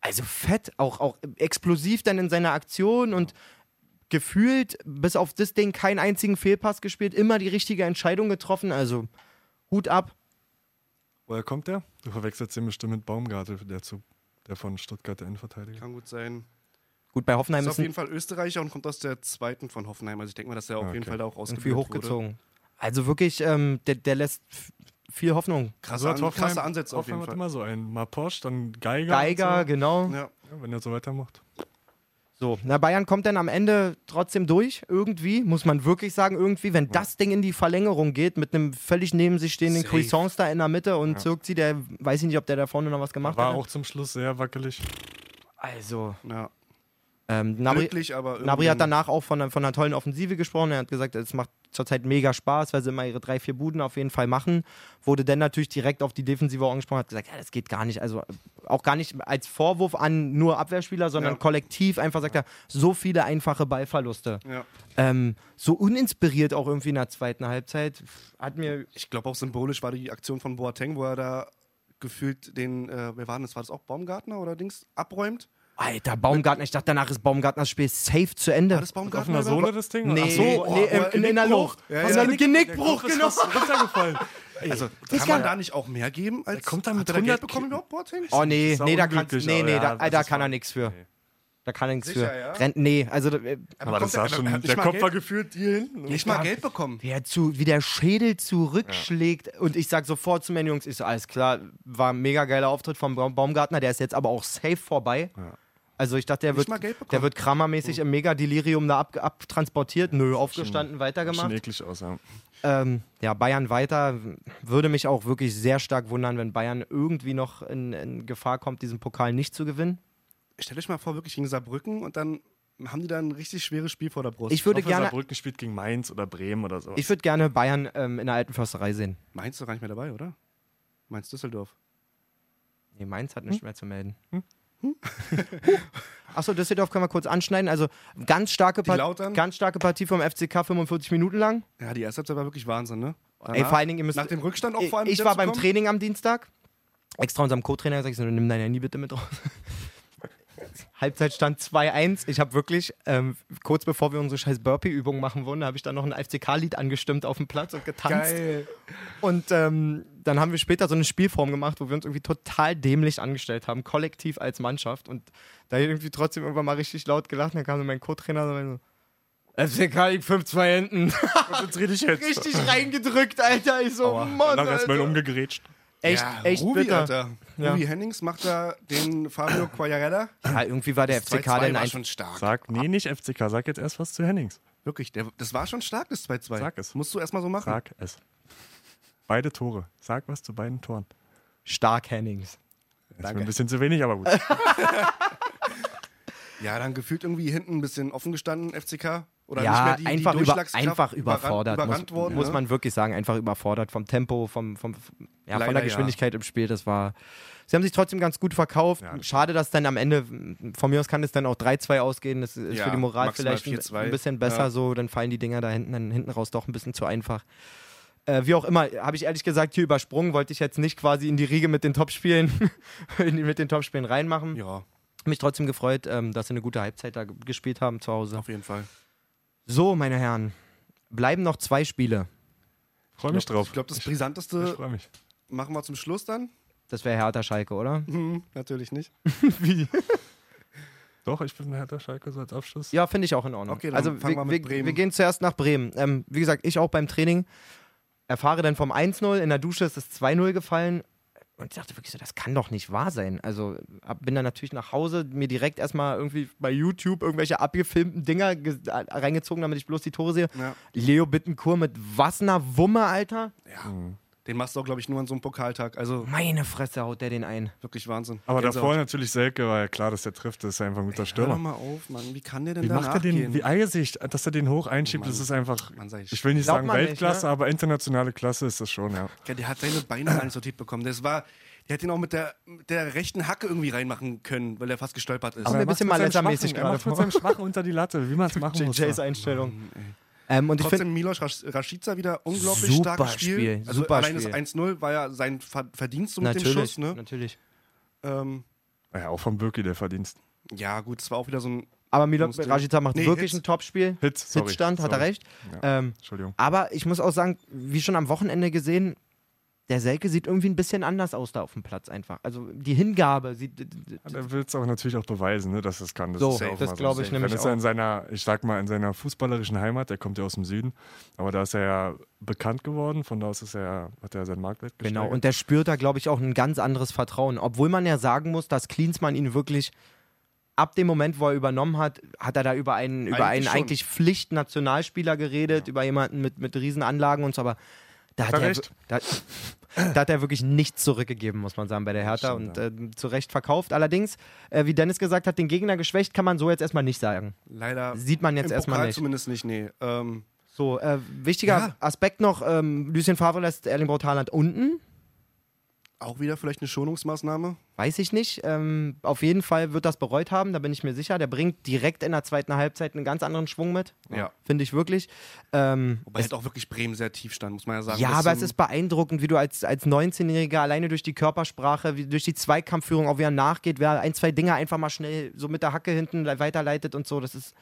C: Also fett, auch, auch explosiv dann in seiner Aktion und gefühlt bis auf das Ding keinen einzigen Fehlpass gespielt, immer die richtige Entscheidung getroffen, also Hut ab.
E: Woher kommt der? Du verwechselst den bestimmt mit Baumgartel, der, zu, der von Stuttgart der Innenverteidiger.
A: Kann gut sein.
C: Gut, bei Hoffenheim
A: Ist
C: ist,
A: auf
C: ein-
A: jeden Fall Österreicher und kommt aus der zweiten von Hoffenheim. Also ich denke mal, dass er auf
E: Okay.
A: jeden Fall da auch
C: irgendwie
A: ausgebildet Wurde.
C: hochgezogen. Also wirklich, ähm, der, der lässt f- viel Hoffnung.
E: Also
A: Krasse, An krasse Ansätze auf jeden
E: hat
A: Fall.
E: immer so einen. Mal Porsche, dann Geiger.
C: Geiger,
E: und
C: genau.
A: Ja.
E: so. ja, wenn er so weitermacht.
C: So, na Bayern kommt dann am Ende trotzdem durch, irgendwie, muss man wirklich sagen, irgendwie, wenn das Ding in die Verlängerung geht, mit einem völlig neben sich stehenden
A: Safe.
C: Cuisance da in der Mitte und Zirkzi, der weiß ich nicht, ob der da vorne noch was gemacht
E: War
C: hat.
E: auch zum Schluss sehr wackelig.
C: also,
A: Ja.
C: ähm, Nabri,
A: Glücklich, aber irgendwie-
C: Nabri
E: Ähm,
C: hat danach auch von, einer- von einer tollen Offensive gesprochen. Er hat gesagt, es macht zurzeit mega Spaß, weil sie immer ihre drei, vier Buden auf jeden Fall machen. Wurde dann natürlich direkt auf die Defensive angesprochen, hat gesagt, ja, das geht gar nicht. Also äh, auch gar nicht als Vorwurf an nur Abwehrspieler, sondern
A: Ja.
C: kollektiv einfach sagt er, so viele einfache Ballverluste.
A: Ja.
C: Ähm, so uninspiriert auch irgendwie in der zweiten Halbzeit. Pff, Hat mir.
A: Ich glaube auch symbolisch war die Aktion von Boateng, wo er da gefühlt den, äh, wer war denn das? War das auch Baumgartner oder Dings? Abräumt?
C: Alter, Baumgartner, ich dachte, danach ist Baumgartners Spiel safe zu Ende.
A: War das
E: Auf
A: Baumgartner?
E: einer Sohle
A: oder?
E: das Ding?
C: Nee,
E: Ach so,
C: nee,
E: oh,
C: ähm,
E: oh,
C: in, in der
E: Genickbruch.
C: Luft.
A: Ja,
C: Was
A: ja.
C: war ein Genickbruch,
E: Der Kopf ist
C: genau.
E: fast runtergefallen.
A: Also,
C: Ich
A: kann
C: kann-
A: man da nicht auch mehr geben? Als
E: kommt da mit
A: hat er da Geld
E: 100
A: bekommen überhaupt, Boateng?
C: Oh nee,
E: Ist auch
C: nee, da kann,
E: unglücklich,
C: nee,
E: aber
C: nee,
E: ja,
C: da,
E: das
C: da
E: ist
C: kann er
E: wahr.
C: nichts für. Da kann er nichts
A: Sicher,
C: für.
A: ja?
C: Rennt, nee, also äh,
E: Aber das sah
A: er-
E: schon,
A: hat nicht
E: der
A: mal
E: Kopf
A: Geld?
E: war gefühlt jeden.
A: Nicht mal Geld bekommen.
C: wie, er zu, wie der Schädel zurückschlägt. Und ich sag sofort zu meinen Jungs, ich so, alles klar, war ein mega geiler Auftritt vom Baum- Baumgartner, der ist jetzt aber auch safe vorbei. Also ich dachte, der
A: Nicht
C: wird,
A: mal Geld bekommen.
C: der wird kramermäßig im Mega-Delirium da ab, abtransportiert. Nö, aufgestanden,
E: Schon
C: weitergemacht.
E: eklig aus, ja.
C: Ähm, ja, Bayern weiter. Würde mich auch wirklich sehr stark wundern, wenn Bayern irgendwie noch in, in Gefahr kommt, diesen Pokal nicht zu gewinnen.
A: Stellt euch mal vor, wirklich gegen Saarbrücken und dann haben die da ein richtig schweres Spiel vor der Brust.
C: Ich würde gerne
E: Saarbrücken spielt gegen Mainz oder Bremen oder so.
C: Ich würde gerne Bayern ähm, in der alten Försterei sehen.
A: Mainz ist doch gar nicht mehr dabei, oder? Mainz Düsseldorf.
C: Nee, Mainz hat
A: Hm?
C: nichts mehr zu melden. Achso, Düsseldorf können wir kurz anschneiden. Also ganz starke,
A: Die Lautern?
C: ganz starke Partie vom FCK, 45 Minuten lang.
A: Ja, die erste Halbzeit war wirklich Wahnsinn, ne?
C: Ey, vor allen Dingen, ihr müsst,
A: nach dem Rückstand auch vor allem.
C: ich
A: wieder
C: war
A: zu
C: beim
A: kommen?
C: Training am Dienstag. Extra unserem Co-Trainer gesagt, ich so, nimm dein Handy bitte mit raus. Halbzeitstand 2-1. Ich habe wirklich, ähm, kurz bevor wir unsere scheiß Burpee-Übung machen wollen, habe ich dann noch ein FCK-Lied angestimmt auf dem Platz und getanzt. Und ähm, dann haben wir später so eine Spielform gemacht, wo wir uns irgendwie total dämlich angestellt haben, kollektiv als Mannschaft. Und da irgendwie trotzdem irgendwann mal richtig laut gelacht. Und dann kam so mein Co-Trainer und meinte so, FC Kalk 5-2 hinten.
E: Konzentrier dich jetzt. Oh,
C: Richtig reingedrückt, Alter. Ich so, Mann,
E: Danach erstmal
C: Alter.
E: umgegrätscht.
C: Echt,
A: ja,
C: echt
A: Ruby,
C: bitter.
A: Alter.
C: Ja.
A: Ruby Hennings macht da den Fabio Quagliarella.
C: Ja, Ah, irgendwie war der FCK
A: 2-2
C: dann
A: war
C: ein
A: schon stark.
E: Sag, nee, nicht FCK. Sag jetzt erst was zu Hennings.
A: Wirklich, der, das war schon stark, das 2-2.
E: Sag es.
A: Musst du erstmal so machen.
E: Sag es. Beide Tore. Sag was zu beiden Toren.
C: stark Hennings.
E: Das ist mir ein bisschen zu wenig, aber gut.
A: Ja, dann gefühlt irgendwie hinten ein bisschen offen gestanden, FCK. Oder nicht
C: Ja,
A: mehr die, die
C: einfach, über,
A: Durchschlagskraft
C: einfach
A: überrannt-
C: überfordert,
A: Überrannt
C: muss,
A: worden,
C: muss
A: ne?
C: man wirklich sagen. Einfach überfordert vom Tempo, vom, vom, ja, von
A: Leider
C: der
A: ja.
C: Geschwindigkeit im Spiel. Das war. Sie haben sich trotzdem ganz gut verkauft. Schade, dass dann am Ende, von mir aus kann es dann auch 3-2 ausgehen. Das ist
A: Ja,
C: für die Moral
A: maximal
C: vielleicht ein,
A: 4-2.
C: ein bisschen besser
A: Ja.
C: so. Dann fallen die Dinger da hinten, dann hinten raus doch ein bisschen zu einfach. Äh, wie auch immer, habe ich ehrlich gesagt hier übersprungen, wollte ich jetzt nicht quasi in die Riege mit den Topspielen, in die- mit den Topspielen reinmachen.
A: Ja,
C: Mich trotzdem gefreut, ähm, dass sie eine gute Halbzeit da ge- gespielt haben zu Hause.
A: auf jeden Fall.
C: So, meine Herren, bleiben noch zwei Spiele.
E: Freue mich drauf.
A: Ich glaube, das
E: Ich
A: Brisanteste
E: freue mich.
A: machen wir zum Schluss dann.
C: Das wäre Hertha Schalke, oder?
A: Hm, natürlich nicht.
E: Doch, ich bin Hertha Schalke so als Abschluss.
C: Ja, finde ich auch in Ordnung.
A: Okay, dann
C: also
A: fangen
C: wir,
A: wir mit
C: wir,
A: Bremen.
C: wir gehen zuerst nach Bremen. Ähm, wie gesagt, ich auch beim Training erfahre dann vom 1-0, in der Dusche ist das 2-0 gefallen. Und ich dachte wirklich so, das kann doch nicht wahr sein. Also hab- bin dann natürlich nach Hause, mir direkt erstmal irgendwie bei YouTube irgendwelche abgefilmten Dinger ge- a- reingezogen, damit ich bloß die Tore sehe.
A: Ja.
C: Leo Bittenkur mit was einer Wumme, Alter.
E: Mhm.
A: Den machst du auch, glaube ich, nur an so einem Pokaltag. Also
C: Meine Fresse haut der den ein.
A: wirklich Wahnsinn.
E: Aber
A: Gänsehaut.
E: davor natürlich Selke, weil klar, dass der trifft, das ist einfach ein guter
A: Hör doch
E: Stürmer.
A: mal auf, Mann. Wie kann der denn
E: Wie
A: da
E: macht er den,
A: nachgehen?
E: wie Eilsicht, dass er den hoch einschiebt, das ist einfach,
A: Mann, sag ich.
E: ich will nicht
C: Oh Glaubt
E: sagen
C: man nicht,
E: Weltklasse,
C: ne?
E: aber internationale Klasse ist das schon, ja.
A: Ja, der hat seine Beine gar nicht sortiert bekommen. Das war, der hat ihn auch mit der, mit der rechten Hacke irgendwie reinmachen können, weil er fast gestolpert ist.
C: Aber- mir ein bisschen Malessa-mäßig
E: Er macht
C: gerade
E: mit seinem Schwachen unter die Latte, wie man es machen muss.
C: JJs Einstellung. Ähm, und ich finde,
A: Trotzdem Milos Rasch- Rashica wieder unglaublich
C: Super
A: starkes Spiel.
C: Spiel,
A: Also
C: super
A: allein das
C: Spiel.
A: 1-0 war ja sein Ver- Verdienst so mit
C: natürlich,
A: dem Schuss. Ne?
C: natürlich.
A: Ähm,
E: Ja, auch von Birki der Verdienst.
A: ja, gut, es war auch wieder so ein.
C: Aber Milo
A: Musste-
C: Rajica macht
A: Nee,
C: wirklich
A: Hits.
C: ein Topspiel.
E: Hit, sorry.
C: Hitzstand, hat er
E: Sorry.
C: recht. Ähm,
E: Entschuldigung.
C: aber ich muss auch sagen, wie schon am Wochenende gesehen, der Selke sieht irgendwie ein bisschen anders aus da auf dem Platz einfach. Also die Hingabe sieht.
E: Ja, Er will es auch natürlich auch beweisen, ne, dass es kann. Das
C: So,
E: ist ja auch
C: das
E: mal so.
C: glaube ich
E: Dann
C: nämlich
E: ist er
C: auch.
E: in seiner, ich sag mal, in seiner fußballerischen Heimat, der kommt ja aus dem Süden, aber da ist er ja bekannt geworden, von da aus ist er, ja- hat er seinen Marktwert gesteigert.
C: Genau, und der spürt da, glaube ich, auch ein ganz anderes Vertrauen. Obwohl man ja sagen muss, dass Klinsmann ihn wirklich ab dem Moment, wo er übernommen hat, hat er da über einen, über
A: Eigentlich
C: einen
A: schon.
C: eigentlich Pflichtnationalspieler geredet, über jemanden mit, mit Riesenanlagen und so, aber da hat,
E: er
C: er,
E: recht.
C: da, da hat er wirklich nichts zurückgegeben, muss man sagen, bei der Hertha und ähm, zu Recht verkauft. Allerdings, äh, wie Dennis gesagt hat, den Gegner geschwächt kann man so jetzt erstmal nicht sagen.
A: Leider.
C: Sieht man jetzt
A: im
C: erstmal
A: Pokal
C: nicht.
A: zumindest nicht, nee. Ähm,
C: So, äh, wichtiger
A: Ja.
C: Aspekt noch, ähm, Lucien Favre lässt Erling Braut Haaland unten.
A: auch wieder vielleicht eine Schonungsmaßnahme.
C: Weiß ich nicht. Ähm, auf jeden Fall wird das bereut haben, da bin ich mir sicher. Der bringt direkt in der zweiten Halbzeit einen ganz anderen Schwung mit.
A: Ja.
C: Finde ich wirklich. Ähm,
A: Wobei es auch wirklich Bremen sehr tief stand, muss man ja sagen.
C: ja,
A: Bis
C: aber es
A: zum-
C: ist beeindruckend, wie du als, als 19-Jähriger alleine durch die Körpersprache, wie, durch die Zweikampfführung, auch wie er nachgeht, wer ein, zwei Dinge einfach mal schnell so mit der Hacke hinten le- weiterleitet und so. Das ist.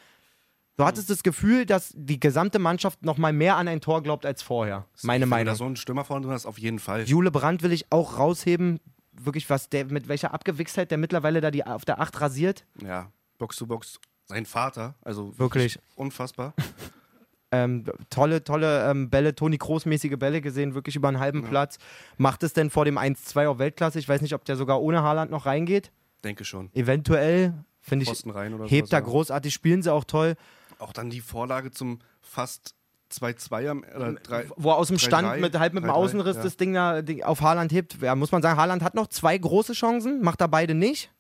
C: Du hattest das Gefühl, dass die gesamte Mannschaft noch mal mehr an ein Tor glaubt als vorher. Meine
A: Wenn
C: Meinung.
A: Da so ein Stürmer vorne drin ist, auf jeden Fall.
C: Jule Brandt will ich auch rausheben. Wirklich, was der, mit welcher Abgewichstheit der mittlerweile da die, auf der 8 rasiert.
A: Ja, Box zu Box. Sein Vater, also
C: Wirklich.
A: unfassbar.
C: Ähm, tolle, tolle ähm, Bälle, Toni Großmäßige Bälle gesehen, wirklich über einen halben Platz. Macht es denn vor dem 1-2 auch Weltklasse? Ich weiß nicht, ob der sogar ohne Haaland noch reingeht.
A: Denke schon.
C: Eventuell, finde ich,
A: Posten rein oder
C: hebt da
A: sowas, ja.
C: großartig, spielen sie auch toll.
A: Auch dann die Vorlage zum fast 2-2 am äh, oder
C: Ähm,
A: 3.
C: Wo er aus dem
A: 3-3,
C: Stand mit, halb mit dem
A: 3-3,
C: Außenriss
A: ja.
C: das Ding da die- auf Haaland hebt. Ja, muss man sagen, Haaland hat noch zwei große Chancen, macht da beide nicht.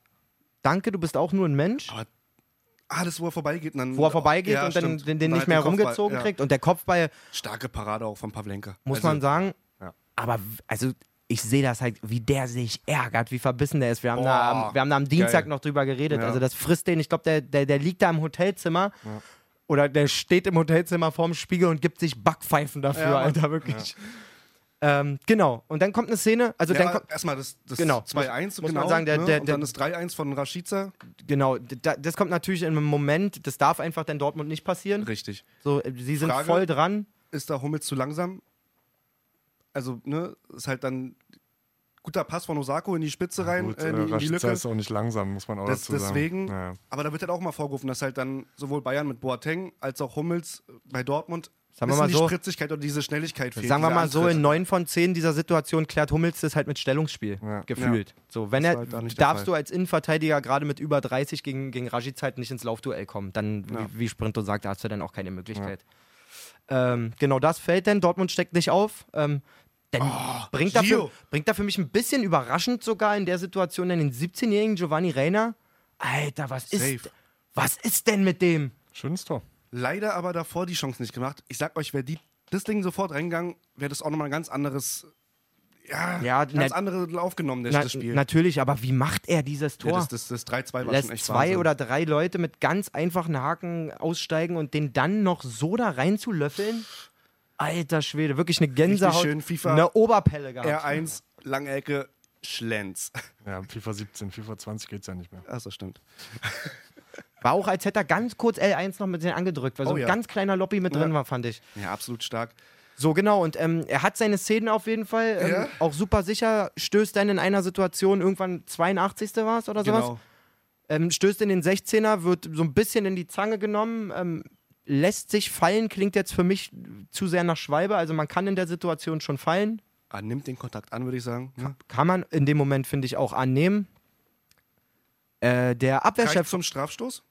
C: Danke, du bist auch nur ein Mensch.
A: Ah, das, wo er vorbeigeht. Und dann,
C: wo er vorbeigeht
A: Ja,
C: und dann
A: stimmt.
C: den, den
A: Dann
C: nicht
A: halt
C: mehr
A: Kopfball,
C: rumgezogen
A: ja.
C: kriegt. Und der Kopfball,
A: Starke Parade auch von Pavlenka.
C: muss
A: Also,
C: man sagen,
E: ja.
C: aber w- also ich sehe das halt, wie der sich ärgert, wie verbissen der ist. Wir haben,
A: Boah,
C: da, am- wir haben da am Dienstag
A: geil.
C: noch drüber geredet.
A: Ja.
C: Also das frisst den. Ich glaube, der, der, der liegt da im Hotelzimmer oder der steht im Hotelzimmer vorm Spiegel und gibt sich Backpfeifen dafür,
A: Ja, Mann.
C: Alter, wirklich. Ähm, genau. Und dann kommt eine Szene, also
A: Ja,
C: dann
A: aber
C: kommt,
A: erstmal das, das
C: Genau.
A: 2-1.
C: Muss
A: genau,
C: man sagen, der-
A: ne?
C: der-
A: und
C: der-
A: dann das 3-1 von Rashica.
C: genau, d- da, das kommt natürlich in einem Moment, das darf einfach dann Dortmund nicht passieren.
A: Richtig.
C: So, äh, sie sind
A: Frage.
C: voll dran.
A: Ist da Hummels zu langsam? Also, ne, ist halt dann Guter Pass von Osako in die Spitze rein,
E: Gut,
A: äh,
E: äh,
A: in, die, in die
E: Rashica
A: Lücke.
E: ist auch nicht langsam, muss man auch
A: Das,
E: dazu sagen.
A: deswegen,
E: Ja.
A: aber da wird halt auch mal vorgerufen, dass halt dann sowohl Bayern mit Boateng als auch Hummels äh, bei Dortmund
C: Sagen wir
A: bisschen
C: mal so-
A: die Spritzigkeit oder diese Schnelligkeit fehlt.
C: Sagen wir
A: dieser
C: mal so,
A: Antritt.
C: in neun von zehn dieser Situationen klärt Hummels das halt mit Stellungsspiel
E: Ja.
C: gefühlt. So, wenn
A: Das
C: er
A: war halt auch nicht der
C: darfst
A: Fall.
C: du als Innenverteidiger gerade mit über 30 gegen, gegen Rajic halt nicht ins Laufduell kommen. Dann,
A: Ja.
C: wie, wie Sprinto sagt, da hast du dann auch keine Möglichkeit. Ähm, genau das fällt denn. Dortmund steckt nicht auf. Ähm, dann bringt, dafür,
A: Oh, Gio.
C: bringt dafür mich ein bisschen überraschend sogar in der Situation dann den 17-jährigen Giovanni Reiner. Alter, was ist,
A: Safe.
C: was ist denn mit dem?
E: Schönes Tor.
A: Leider aber davor die Chance nicht gemacht. Ich sag euch, wäre die das Ding sofort reingegangen, wäre das auch nochmal ein ganz anderes, ja,
C: Ja,
A: ganz
C: na-
A: andere Lauf genommen, das,
C: Na,
A: das Spiel.
C: natürlich, aber wie macht er dieses Tor?
A: ja, das, das, das 3-2 war schon
C: lässt
A: echt
C: zwei
A: Wahnsinn.
C: oder drei Leute mit ganz einfachen Haken aussteigen und den dann noch so da reinzulöffeln. Alter Schwede, wirklich eine Gänsehaut,
A: schön FIFA.
C: eine Oberpelle gehabt.
A: R1, lange Ecke, Schlenz.
E: Ja, FIFA 17, FIFA 20 geht's ja nicht mehr.
A: Achso, stimmt.
C: War auch, als hätte er ganz kurz L1 noch mit den angedrückt, weil so
A: Oh
C: ein
A: ja.
C: ganz kleiner Lobby mit drin
A: Ja.
C: war, fand ich.
A: Ja, absolut stark.
C: So, genau. Und ähm, er hat seine Szenen auf jeden Fall ähm,
A: Ja.
C: auch super sicher, stößt dann in einer Situation, irgendwann 82. war es oder sowas.
A: Genau.
C: Ähm, stößt in den 16er, wird so ein bisschen in die Zange genommen, ähm, lässt sich fallen, klingt jetzt für mich zu sehr nach Schwalbe. Also man kann in der Situation schon fallen.
A: Ah, nimmt den Kontakt an, würde ich sagen. Hm? Ja.
C: Kann man in dem Moment, finde ich, auch annehmen. Äh, der
A: Reicht
C: Abwehrchef.
A: zum Strafstoß?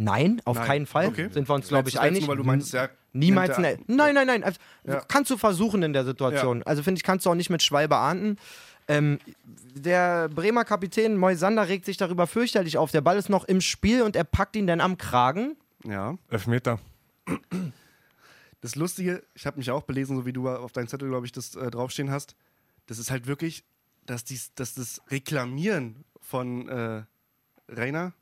C: Nein, auf
A: Nein.
C: keinen Fall.
A: Okay.
C: Sind wir uns, glaube ich,
A: Letztes- letztes Mal,
C: einig.
A: weil du meinst, ja,
C: Niemals.
A: nimmt er
C: Eine, nein, nein, nein. Also,
A: Ja.
C: Kannst du versuchen in der Situation. Also, finde ich, kannst du auch nicht mit Schwalbe ahnden. Ähm, der Bremer Kapitän Moisander regt sich darüber fürchterlich auf. Der Ball ist noch im Spiel und er packt ihn dann am Kragen.
A: Ja.
E: Elfmeter.
A: Das Lustige, ich habe mich auch belesen, so wie du auf deinem Zettel, glaube ich, das äh, draufstehen hast. Das ist halt wirklich, dass, dies, dass das Reklamieren von äh, Rainer,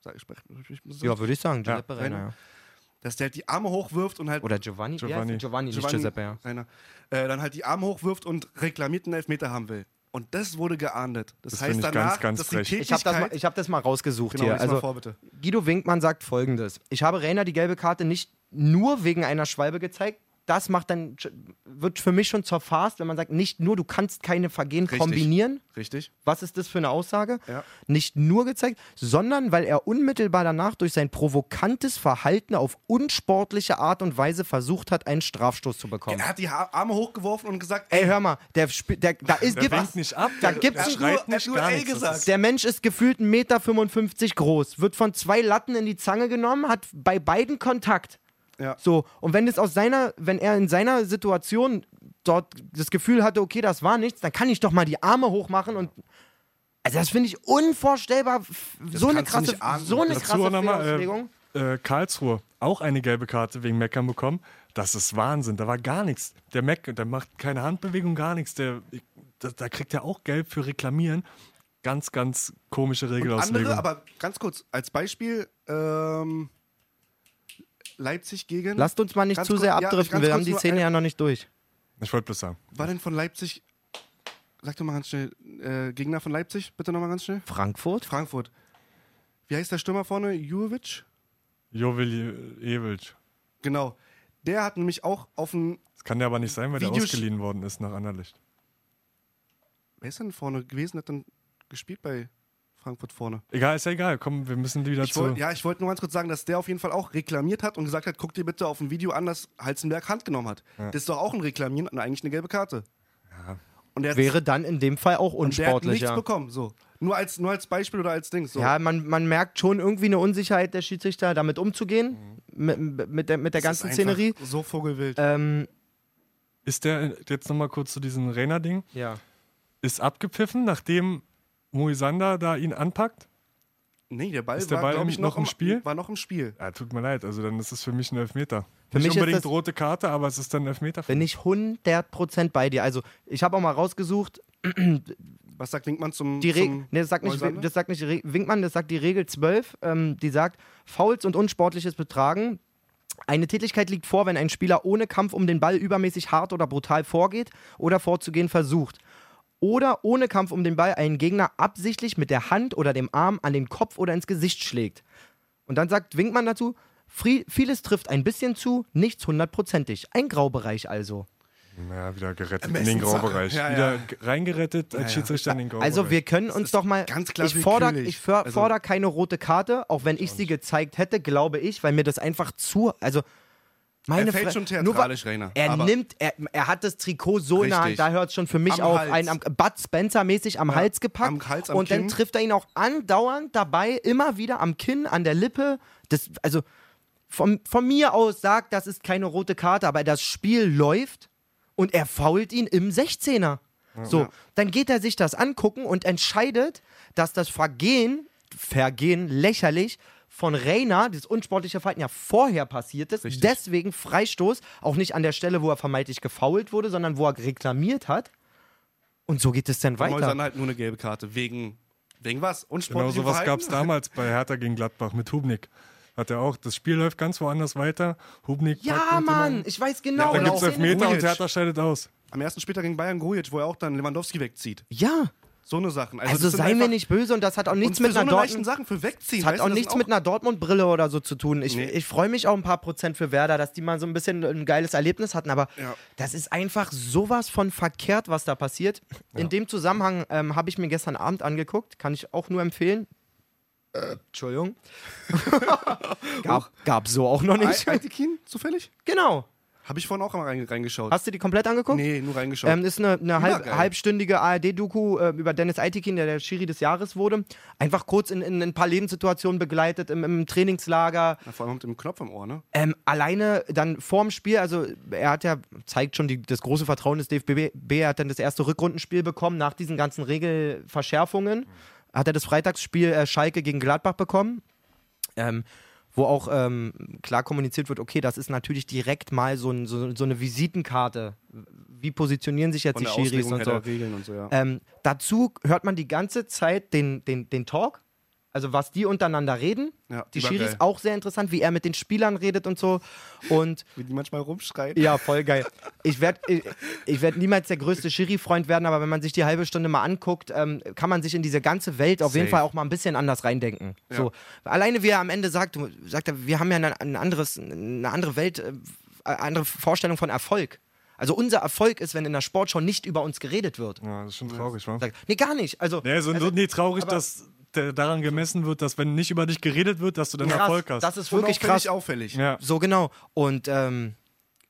A: sag ich, sprech, ich muss
C: Ja, würde ich sagen. Giuseppe
A: Ja,
C: Reiner.
A: Reiner.
C: Ja.
A: dass der halt die Arme hochwirft und halt.
C: Oder Giovanni. Giovanni.
E: Giovanni.
C: Giovanni, nicht
A: Giovanni
C: Giuseppe, ja.
A: Reiner, äh, dann halt die Arme hochwirft und reklamiert einen Elfmeter haben will. Und das wurde geahndet. Das,
E: Das
A: heißt
E: find ich
A: danach,
E: ganz, ganz
A: dass die
E: frech.
C: Ich habe das, mal-
A: Tätigkeit.
C: ich hab das mal rausgesucht
A: Genau,
C: hier.
A: lies mal
C: Also,
A: vor, bitte.
C: Guido Winkmann sagt folgendes: Ich habe Rainer die gelbe Karte nicht nur wegen einer Schwalbe gezeigt. Das macht dann, wird für mich schon zur Farce, wenn man sagt, nicht nur, du kannst keine Vergehen
A: Richtig.
C: kombinieren.
A: Richtig.
C: Was ist das für eine Aussage?
A: Ja.
C: Nicht nur gezeigt, sondern weil er unmittelbar danach durch sein provokantes Verhalten auf unsportliche Art und Weise versucht hat, einen Strafstoß zu bekommen.
A: Er hat die Ha- Arme hochgeworfen und gesagt,
C: Ey, hör mal, der, spielt- der, da ist,
E: Der
C: gibt,
E: winkt nicht ab.
C: da
E: der-
C: gibt's
E: der
C: ein
E: schreit
A: Duell- ein
E: nicht gar
A: Duell
E: nichts. Das
A: gesagt.
E: ist-
C: Der Mensch ist gefühlt 1,55 Meter groß, wird von zwei Latten in die Zange genommen, hat bei beiden Kontakt.
A: Ja.
C: So, und wenn es aus seiner, wenn er in seiner Situation dort das Gefühl hatte, okay, das war nichts, dann kann ich doch mal die Arme hochmachen und. Also das finde ich unvorstellbar. f- so eine
A: kannst du
C: krasse,
A: nicht ahnen.
C: so eine
E: Dazu
C: krasse
E: auch noch mal, äh,
C: Fehlauslegung.
E: äh, Karlsruhe auch eine gelbe Karte wegen Meckern bekommen. Das ist Wahnsinn. Da war gar nichts. Der Meck, der macht keine Handbewegung, gar nichts. Der, da, da kriegt er auch Gelb für Reklamieren. Ganz, ganz komische Regelauslegung.
A: andere, aber ganz kurz, als Beispiel, ähm, Leipzig gegen.
C: Lasst uns mal nicht
A: Ganz
C: zu
A: kurz-
C: sehr
A: ja, ich-
C: abdriften,
A: ganz
C: wir
A: kurz
C: haben die
A: nur äh,
C: Szene
A: ein-
C: ja noch nicht durch.
E: ich wollte bloß sagen.
A: War denn von Leipzig, sag doch mal ganz schnell, äh, Gegner von Leipzig, bitte nochmal ganz schnell.
C: Frankfurt?
A: Frankfurt. Wie heißt der Stürmer vorne? Jurovic?
E: Jovel Ewelt.
A: Genau. Der hat nämlich auch auf dem.
E: Das kann ja aber nicht sein, weil der
A: Videos-
E: ausgeliehen worden ist nach Anderlecht.
A: Wer ist denn vorne gewesen? Hat dann gespielt bei Frankfurt vorne.
E: Egal, ist ja egal. Komm, wir müssen die wieder
A: Ich
E: zu.
A: wollt, ja, ich wollte nur ganz kurz sagen, dass der auf jeden Fall auch reklamiert hat und gesagt hat: guck dir bitte auf dem Video an, dass Halzenberg Hand genommen hat. Das ist doch auch ein Reklamieren und eigentlich eine gelbe Karte. Und der hat-
C: Wäre dann in dem Fall auch
A: und der hat
C: unsportlich.
A: nichts
C: ja.
A: bekommen. So. Nur, als, nur als Beispiel oder als Ding. So.
C: Ja, man, man merkt schon irgendwie eine Unsicherheit der Schiedsrichter, damit umzugehen, mit, mit der, mit der
A: Mhm. Das ist
C: ganzen
A: einfach
C: Szenerie.
A: So vogelwild.
C: Ähm,
E: Ist der äh, jetzt nochmal kurz zu diesem Rainer-Ding?
C: ja.
E: Ist abgepfiffen, nachdem Moisander da ihn anpackt?
A: Nee, der Ball
E: Ist der
A: war,
E: Ball
A: glaube ich,
E: noch im Spiel?
A: War noch im Spiel.
E: Ja, tut mir leid. Also dann ist es für mich ein Elfmeter.
C: Für mich
E: nicht
C: ist
E: unbedingt
C: das-
E: rote Karte, aber es ist dann ein Elfmeter.
C: Bin ich 100% bei dir. Also, ich habe auch mal rausgesucht,
A: Was sagt Linkmann zum.
C: die Regel,
A: zum
C: nee, das sagt nicht,
A: Moisander?
C: das sagt nicht Re- Winkmann, das sagt die Regel 12, ähm, die sagt, Fouls und unsportliches Betragen. Eine Tätigkeit liegt vor, wenn ein Spieler ohne Kampf um den Ball übermäßig hart oder brutal vorgeht oder vorzugehen versucht. Oder ohne Kampf um den Ball einen Gegner absichtlich mit der Hand oder dem Arm an den Kopf oder ins Gesicht schlägt. Und dann sagt Winkmann dazu, "Fri- vieles trifft ein bisschen zu, nichts hundertprozentig. Ein Graubereich also.
E: Ja, wieder gerettet in den
A: Ermessenssache.
E: Graubereich.
A: Ja, ja.
E: wieder g- reingerettet als Schiedsrichter in den Graubereich.
C: Also wir können uns doch mal.
A: ganz klar
C: ich fordere
A: willkürlich.
C: ich för-
A: Also-
C: fordere keine rote Karte, auch wenn ich sie gezeigt hätte, glaube ich, weil mir das einfach zu. Also meine
A: er fällt
C: Fre-
A: schon
C: nur wa-
A: theatralisch, Rainer.
C: Er
A: aber
C: nimmt, er, er hat das Trikot so in der Hand,
A: Richtig.
C: da hört es schon für mich
A: Am
C: auf,
A: Hals.
C: einen am, Bud Spencer-mäßig am Hals gepackt.
A: am Hals, am
C: und dann
A: Kinn.
C: trifft er ihn auch andauernd dabei, immer wieder am Kinn, an der Lippe. Das, also von, von mir aus sagt, das ist keine rote Karte, aber das Spiel läuft und er fault ihn im 16er. So, dann geht er sich das angucken und entscheidet, dass das Vergehen, Vergehen lächerlich, von Reiner, das unsportliche Verhalten ja vorher passiert ist, deswegen Freistoß, auch nicht an der Stelle, wo er vermeintlich gefault wurde, sondern wo er reklamiert hat. Und so geht es dann
A: Mäusern
C: weiter.
A: halt nur eine gelbe Karte. Wegen, wegen was? Und
E: Genau
A: sportlichem
E: sowas
A: Verhalten?
E: gab es damals bei Hertha gegen Gladbach mit Hubnik. Hat er auch. Das Spiel läuft ganz woanders weiter. Hubnik packt
C: Ja,
A: halt
E: und
C: Mann,
E: immer-
C: ich weiß genau.
E: Dann
A: oder
E: gibt es
A: auch-
E: Elfmeter und
A: Rujic.
E: Hertha scheidet aus.
A: Am ersten Spieltag gegen Bayern Grujic, wo er auch dann Lewandowski wegzieht.
C: Ja,
A: So eine Sachen. Also,
C: also
A: das sind
C: seien wir
A: einfach-
C: nicht böse und das hat auch nichts
A: und
C: mit
A: für so eine
C: einer Dortmund.
A: leichten Sachen für wegziehen.
C: Es hat
A: weißt
C: auch
A: du, das
C: nichts
A: sind
C: mit einer Dortmund-Brille oder so zu tun. Ich,
A: Nee.
C: ich freue mich auch ein paar Prozent für Werder, dass die mal so ein bisschen ein geiles Erlebnis hatten. Aber
A: Ja.
C: das ist einfach sowas von verkehrt, was da passiert. In dem Zusammenhang ähm, habe ich mir gestern Abend angeguckt, kann ich auch nur empfehlen. Äh, Entschuldigung. gab, gab so auch noch nicht.
A: Al- Altekin, zufällig?
C: genau.
A: Habe ich vorhin auch mal rein- reingeschaut.
C: Hast du die komplett angeguckt?
A: nee, nur reingeschaut.
C: Ähm, ist eine, eine halb,
A: Übergeil.
C: halbstündige ARD-Doku äh, über Dennis Aitekin, der der Schiri des Jahres wurde. Einfach kurz in, in, in ein paar Lebenssituationen begleitet, im, im Trainingslager.
A: Na, vor allem mit dem Knopf am Ohr, ne?
C: Ähm, alleine dann vorm Spiel, also er hat ja, zeigt schon die, das große Vertrauen des DFB, er hat dann das erste Rückrundenspiel bekommen nach diesen ganzen Regelverschärfungen. Hat er das Freitagsspiel äh, Schalke gegen Gladbach bekommen, ähm, wo auch ähm, klar kommuniziert wird, okay, das ist natürlich direkt mal so, ein, so, so eine Visitenkarte. Wie positionieren sich jetzt
A: Von
C: die
A: der
C: Schiris
A: Auslegung
C: und
A: her
C: so?
A: der Regeln und so, ja.
C: Ähm, dazu hört man die ganze Zeit den, den, den Talk, also was die untereinander reden.
A: Ja,
C: die
A: übergeil.
C: Schiris auch sehr interessant, wie er mit den Spielern redet und so. Und
A: Wie die manchmal rumschreien.
C: ja, voll geil. Ich werde ich, ich werd niemals der größte Schiri-Freund werden, aber wenn man sich die halbe Stunde mal anguckt, ähm, kann man sich in diese ganze Welt auf jeden
A: Safe.
C: Fall auch mal ein bisschen anders reindenken. So. Alleine wie er am Ende sagt, du- sagt er, wir haben ja eine, ein anderes, eine andere Welt, äh, eine andere Vorstellung von Erfolg. Also unser Erfolg ist, wenn in der Sportschau nicht über uns geredet wird.
E: Ja, das ist schon traurig, wa?
C: Sagt, nee, gar nicht. Also,
E: Nee, so, so, nee traurig,
C: aber-
E: dass der daran gemessen wird, dass wenn nicht über dich geredet wird, dass du dann
C: krass,
E: Erfolg hast.
C: Das ist wirklich
A: Unauffällig,
C: krass.
A: auffällig.
E: ja.
C: So genau. Und ähm,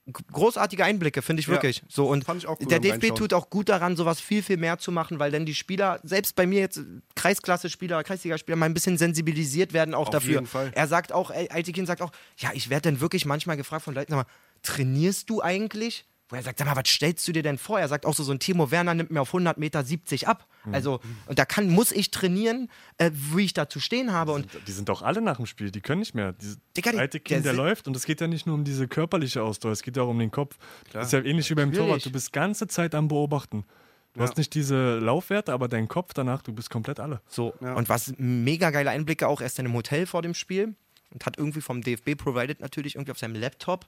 C: g- großartige Einblicke, finde ich wirklich. So, und
A: Fand ich auch gut
C: der
A: beim
C: DFB
A: Reinschauen.
C: tut auch gut daran, sowas viel, viel mehr zu machen, weil dann die Spieler, selbst bei mir jetzt äh, Kreisklasse-Spieler, Kreisligaspieler, mal ein bisschen sensibilisiert werden auch
A: Auf
C: dafür.
A: jeden Fall.
C: Er sagt auch, äh, Altekin sagt auch, ja, ich werde dann wirklich manchmal gefragt von Leuten, sag mal, trainierst du eigentlich? Wo er sagt, sag mal, was stellst du dir denn vor? Er sagt auch so, so ein Timo Werner nimmt mir auf 100 Meter 70 ab.
A: Mhm.
C: Also, und da kann, muss ich trainieren, äh, wie ich dazu stehen habe. Und
E: Die sind doch alle nach dem Spiel, die können nicht mehr. Diese
C: Digga, die-
E: alte
C: der
E: Kind, der,
C: si-
E: läuft und es geht ja nicht nur um diese körperliche Ausdauer, es geht ja auch um den Kopf. Das ist ja ähnlich wie beim
C: Natürlich.
E: Torwart, du bist ganze Zeit am Beobachten. Du hast nicht diese Laufwerte, aber dein Kopf danach, du bist komplett alle.
C: So, und was mega geile Einblicke auch, er ist dann im Hotel vor dem Spiel und hat irgendwie vom DFB provided natürlich irgendwie auf seinem Laptop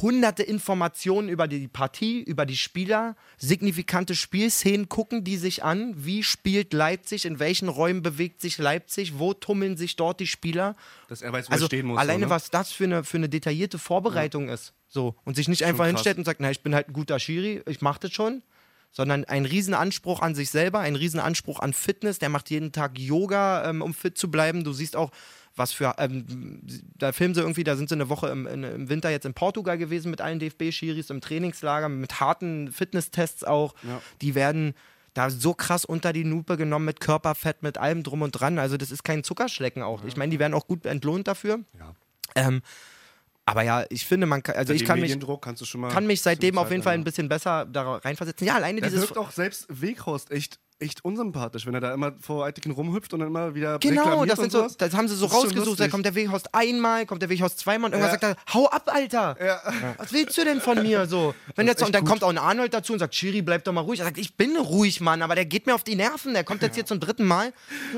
C: hunderte Informationen über die Partie, über die Spieler, signifikante Spielszenen, gucken die sich an, wie spielt Leipzig, in welchen Räumen bewegt sich Leipzig, wo tummeln sich dort die Spieler.
A: Dass er weiß, wo er
C: Also
A: stehen muss.
C: alleine
A: so, ne?
C: was das für eine, für eine detaillierte Vorbereitung ist. So. Und sich nicht einfach
A: krass.
C: hinstellt und sagt, na, ich bin halt ein guter Schiri, ich mach das schon. Sondern ein Riesenanspruch an sich selber, ein Riesenanspruch an Fitness. Der macht jeden Tag Yoga, ähm, um fit zu bleiben. Du siehst auch, was für. Ähm, da filmen sie irgendwie, da sind sie eine Woche im, in, im Winter jetzt in Portugal gewesen mit allen DFB-Schiris im Trainingslager, mit harten Fitnesstests auch. Die werden da so krass unter die Lupe genommen mit Körperfett, mit allem drum und dran. Also das ist kein Zuckerschlecken auch. Ich meine, die werden auch gut entlohnt dafür. Ähm, aber ja, ich finde, man kann, also
A: Mit
C: ich
A: dem
C: kann mich,
A: Mediendruck kannst du schon mal.
C: kann mich seitdem
A: Zeit
C: auf jeden Fall ein
A: lang-
C: bisschen besser da reinversetzen. Ja, alleine
A: Da
C: dieses.
A: wirkt auch selbst Weghorst echt, echt unsympathisch, wenn er da immer vor Eitekin rumhüpft und dann immer wieder.
C: Genau,
A: reklamiert
C: das
A: und
C: sind so,
A: sowas.
C: das haben sie so
A: Das ist schon
C: rausgesucht. Da
A: lustig.
C: kommt der Weghorst einmal, kommt der Weghorst zweimal und irgendwann
A: Ja.
C: sagt er, hau ab, Alter! Was willst du denn von mir? So, wenn jetzt, und dann kommt auch ein Arnold dazu und sagt, Schiri, bleib doch mal ruhig. Er sagt, ich bin ruhig, Mann, aber der geht mir auf die Nerven. Der kommt jetzt hier zum dritten Mal.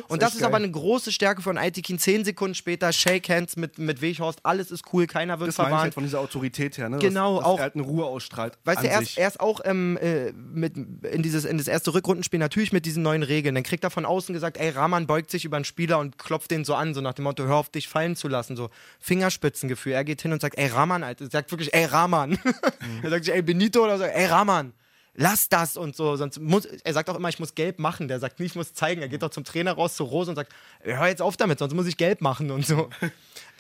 C: Und das ist aber eine große Stärke von Aitikin. Zehn Sekunden später, Shake Hands mit, mit Weghorst, alles ist cool, keiner wird
A: Das meine ich
C: verwarnt.
A: halt von dieser Autorität her, ne?
C: Genau,
A: dass, dass
C: auch-
A: Er halt eine Ruhe ausstrahlt.
C: Weißt du,
A: an
C: er
A: sich.
C: ist, er ist auch ähm, äh, mit, in, dieses, in das erste Rückrundenspiel natürlich mit diesen neuen Regeln. Dann kriegt er von außen gesagt, ey, Rahman beugt sich über einen Spieler und klopft den so an, so nach dem Motto, hör auf, dich fallen zu lassen, so Fingerspitzengefühl. Er geht hin und sagt, ey, Rahman, Alter, Er sagt wirklich, ey, Rahman. er sagt nicht, ey, Benito oder so, ey, Rahman. Lass das und so, sonst muss. Er sagt auch immer, ich muss gelb machen. Der sagt nie, ich muss zeigen. Er geht doch zum Trainer raus zu Rose und sagt, hör jetzt auf damit, sonst muss ich gelb machen und so.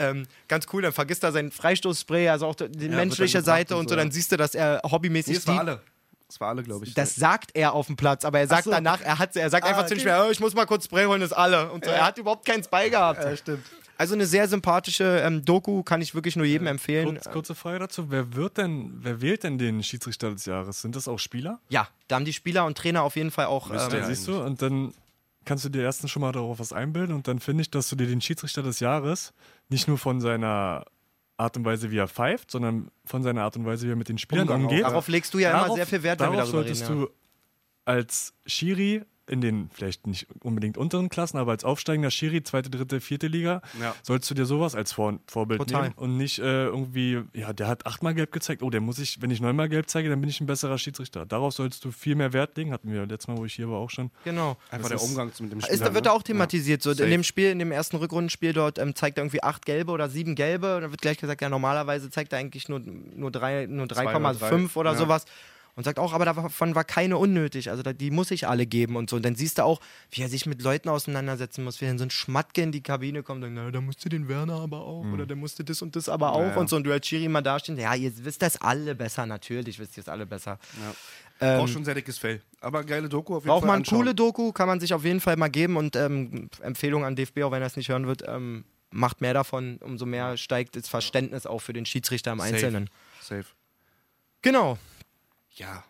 C: ähm, ganz cool, dann vergisst er sein Freistoßspray, also auch die die menschliche
A: gebracht
C: Seite
A: und
C: und
A: so,
C: so. Dann
A: ja.
C: siehst du, dass er hobbymäßig
A: Nee, es war
C: die-
A: alle. Es war alle, glaube ich.
C: das sagt er auf dem Platz, aber er sagt
A: so.
C: danach, er hat, er sagt
A: Ah,
C: einfach zu den
A: okay.
C: Spielern, "Oh, ich muss mal kurz Spray holen, ist alle. Und so, er hat überhaupt keinen Spray gehabt.
E: Äh,
A: ja, stimmt.
C: Also eine sehr sympathische ähm, Doku, kann ich wirklich nur jedem empfehlen.
E: Kurz, kurze Frage dazu. Wer wird denn, wer wählt denn den Schiedsrichter des Jahres? Sind das auch Spieler?
C: Ja, da haben die Spieler und Trainer auf jeden Fall auch.
E: Ja,
C: Ähm,
E: siehst du, und dann kannst du dir erstens schon mal darauf was einbilden und dann finde ich, dass du dir den Schiedsrichter des Jahres nicht nur von seiner Art und Weise, wie er pfeift, sondern von seiner Art und Weise, wie er mit den Spielern
A: Umgang auch.
E: umgeht.
C: darauf legst du ja immer
E: Darauf-
C: sehr viel Wert, wenn wir
E: darauf
C: darüber
E: solltest
C: reden. Ja.
E: du als Schiri in den vielleicht nicht unbedingt unteren Klassen, aber als aufsteigender Schiri, zweite, dritte, vierte Liga,
A: Ja.
E: solltest du dir sowas als Vor Vorbild
C: Total.
E: nehmen und nicht äh, irgendwie, ja, der hat achtmal gelb gezeigt, oh, der muss ich, wenn ich neunmal gelb zeige, dann bin ich ein besserer Schiedsrichter. Darauf solltest du viel mehr Wert legen, hatten wir letztes Mal, wo ich hier war, auch schon.
C: Genau.
A: Einfach
E: Das
A: der
E: ist-
A: Umgang mit dem Spieler.
C: Ist, da wird
A: ne?
C: da auch thematisiert. So in
A: Safe.
C: dem Spiel, in dem ersten Rückrundenspiel dort ähm, zeigt er irgendwie acht gelbe oder sieben gelbe. Und dann wird gleich gesagt, ja, normalerweise zeigt er eigentlich nur, nur drei- nur
A: Zwei oder
C: 3,5
A: drei.
C: oder
A: Ja.
C: sowas. Und sagt auch, aber davon war keine unnötig. Also da, die muss ich alle geben und so. Und dann siehst du auch, wie er sich mit Leuten auseinandersetzen muss, wie dann so ein Schmatke in die Kabine kommt und sagt, na, da musste den Werner aber auch
A: Hm.
C: oder da musste das und das aber auch und so. Und du als Chiri immer dastehen, ja, ihr wisst das alle besser, natürlich wisst ihr es alle besser.
A: Ja. Braucht schon ein sehr dickes Fell. Aber geile Doku auf jeden
C: War auch
A: Fall.
C: mal eine
A: anschauen.
C: Ähm, coole Doku, kann man sich auf jeden Fall mal geben und ähm, Empfehlung an DFB, auch wenn er es nicht hören wird, ähm, macht mehr davon, umso mehr steigt das Verständnis auch für den Schiedsrichter im Einzelnen.
A: Safe.
C: Genau.
A: Ja.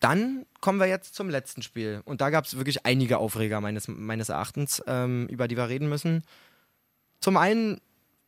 C: Dann kommen wir jetzt zum letzten Spiel. Und da gab es wirklich einige Aufreger meines, meines Erachtens, ähm, über die wir reden müssen. Zum einen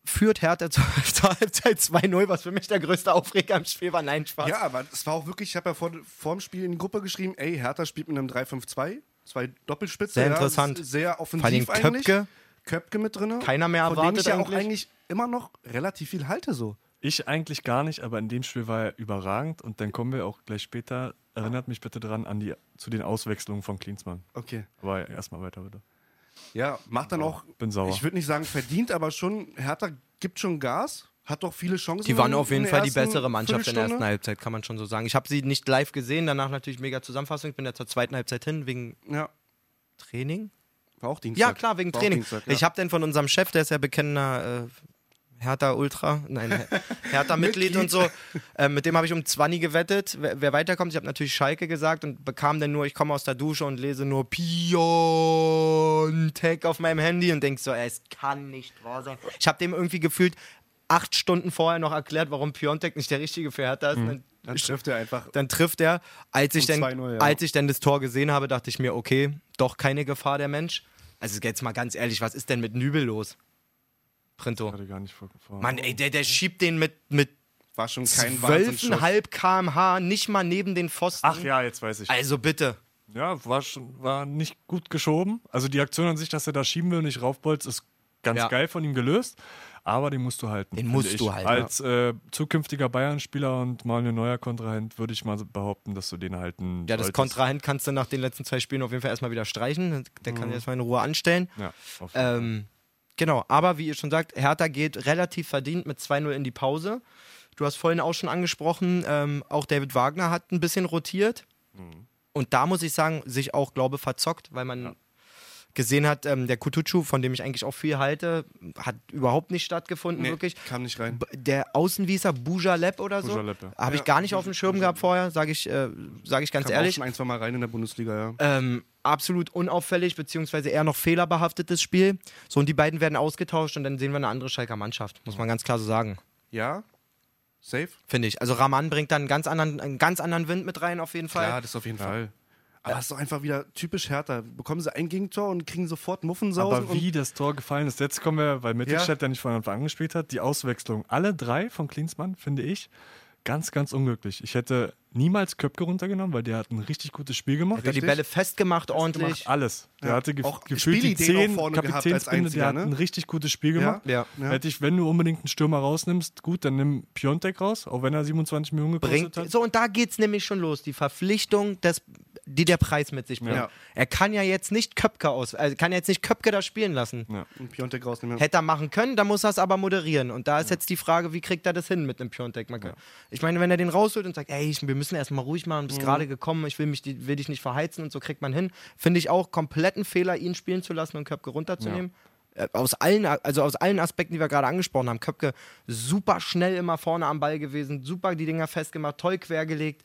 C: führt Hertha zur zur Halbzeit 2-0, was für mich der größte Aufreger im Spiel war. Nein, Spaß.
A: Ja, aber es war auch wirklich, ich habe ja vor, vor dem Spiel in die Gruppe geschrieben, ey, Hertha spielt mit einem 3-5-2, zwei Doppelspitze.
C: Sehr
A: ja,
C: interessant.
A: s- Sehr offensiv
C: Vor allem
A: eigentlich.
C: Köpke.
A: Köpke mit drin.
C: Keiner mehr
A: von
C: erwartet
A: dem ich ja auch
C: eigentlich.
A: eigentlich immer noch relativ viel halte so.
E: Ich eigentlich gar nicht, aber in dem Spiel war er überragend und dann kommen wir auch gleich später. Erinnert mich bitte dran an die zu den Auswechslungen von Klinsmann.
A: Okay.
E: Aber erstmal weiter bitte.
A: Ja, macht dann auch,
E: Bin
C: Oh.
E: sauer.
A: ich würde nicht sagen verdient, aber schon, Hertha gibt schon Gas, hat doch viele Chancen.
C: Die waren
A: in-
C: auf
A: Mhm. in der
C: jeden Fall die
A: ersten
C: bessere Mannschaft in der ersten
A: Viertelstunde.
C: Halbzeit, kann man schon so sagen. Ich habe sie nicht live gesehen, danach natürlich mega Zusammenfassung. Ich bin ja zur zweiten Halbzeit hin, wegen
A: Ja,
C: Training?
A: war auch Dienstag.
C: Ja, klar, wegen
A: War auch
C: Training.
A: Dienstag, ja.
C: Ich habe dann von unserem Chef, der ist ja bekennender äh, Hertha Ultra, nein, Her- Hertha Mitglied und so, äh, mit dem habe ich um 20 gewettet, wer, wer weiterkommt. Ich habe natürlich Schalke gesagt und bekam dann nur, ich komme aus der Dusche und lese nur Piontek auf meinem Handy und denk so, ey, es kann nicht wahr sein. Ich habe dem irgendwie gefühlt acht Stunden vorher noch erklärt, warum Piontek nicht der richtige für Hertha ist. Und
A: Mhm. dann trifft er einfach.
C: dann trifft er. Als ich,
A: Und
C: dann,
A: 2-0, ja.
C: als ich dann das Tor gesehen habe, dachte ich mir, okay, doch keine Gefahr der Mensch. Also jetzt mal ganz ehrlich, was ist denn mit Nübel los? Printo.
E: Hatte gar nicht vor. vor.
C: Mann, ey, der, der schiebt den mit, mit
A: War schon kein Wahnsinnsschuss.
C: 12,5 km/h nicht mal neben den Pfosten.
E: Ach ja, jetzt weiß ich.
C: Also bitte.
E: Ja, war schon, war nicht gut geschoben. Also die Aktion an sich, dass er da schieben will und nicht raufbolzt, ist ganz
C: Ja.
E: geil von ihm gelöst. Aber den musst du halten.
C: Den
E: finde
C: musst du
E: ich.
C: halten,
E: Als äh, zukünftiger Bayern-Spieler und mal ein neuer Kontrahent würde ich mal behaupten, dass du den halten
C: Ja, das
E: solltest.
C: Kontrahent kannst du nach den letzten zwei Spielen auf jeden Fall erstmal wieder streichen. Dann kann er erstmal in Ruhe anstellen.
E: Ja, auf jeden Fall.
C: Ähm, genau, aber wie ihr schon sagt, Hertha geht relativ verdient mit 2-0 in die Pause. Du hast vorhin auch schon angesprochen, ähm, auch David Wagner hat ein bisschen rotiert.
A: Mhm.
C: Und da muss ich sagen, sich auch, glaube verzockt, weil man gesehen hat, ähm, der Kutucu, von dem ich eigentlich auch viel halte, hat überhaupt nicht stattgefunden,
A: Nee,
C: wirklich.
A: kam nicht rein.
C: B- Der Außenwieser Bujalep oder so,
E: Bujalep, ja.
C: habe ich
A: Ja,
C: gar nicht auf dem Schirm gehabt vorher, sage ich, äh, sag ich ganz
A: Kam auch
C: ehrlich
A: schon ein, zwei Mal rein in der Bundesliga, ja.
C: ähm, absolut unauffällig, beziehungsweise eher noch fehlerbehaftetes Spiel. So, und die beiden werden ausgetauscht und dann sehen wir eine andere Schalker Mannschaft, muss man ganz klar so sagen,
A: Ja, safe.
C: finde ich. Also Raman bringt dann einen ganz anderen, einen ganz anderen Wind mit rein, auf jeden Fall.
A: Klar, das auf jeden Fall. Aber das ist doch einfach wieder typisch härter. Bekommen sie ein Gegentor und kriegen sofort Muffensausen.
E: Aber wie das Tor gefallen ist, jetzt kommen wir, weil Mittelstadt ja, nicht von Anfang an gespielt hat, die Auswechslung. Alle drei von Klinsmann, finde ich, ganz, ganz unglücklich. Ich hätte niemals Köpke runtergenommen, weil der hat ein richtig gutes Spiel gemacht.
C: Hat er die Bälle festgemacht, ordentlich.
E: Alles. Der hatte ge
A: Auch
E: gefühlt die
A: Spielideen auch
E: 10
A: vorne gehabt als
E: Kapitänsbinde,
A: einziger,
E: der hat
A: ne?
E: ein richtig gutes Spiel gemacht.
C: Ja, ja.
E: Hätte ich, wenn du unbedingt einen Stürmer rausnimmst, gut, dann nimm Piontek raus, auch wenn er 27 Millionen gekostet
C: Bringt,
E: hat.
C: so, und da geht's nämlich schon los. Die Verpflichtung des die der Preis mit sich bringt.
A: Ja.
C: Er kann ja jetzt nicht Köpke aus, also kann jetzt nicht Köpke da spielen lassen.
A: Und Piontek rausnehmen.
C: Hätte er machen können, dann muss er es aber moderieren. Und da ist jetzt die Frage, wie kriegt er das hin mit einem Piontek? Man kann- Ich meine, wenn er den rausholt und sagt, ey, ich, wir müssen erstmal ruhig machen, bist gerade gekommen, ich will, mich, die- will dich nicht verheizen und so kriegt man hin, finde ich auch kompletten Fehler, ihn spielen zu lassen und Köpke runterzunehmen. Äh, Aus allen, also aus allen Aspekten, die wir gerade angesprochen haben. Köpke super schnell immer vorne am Ball gewesen, super die Dinger festgemacht, toll quergelegt.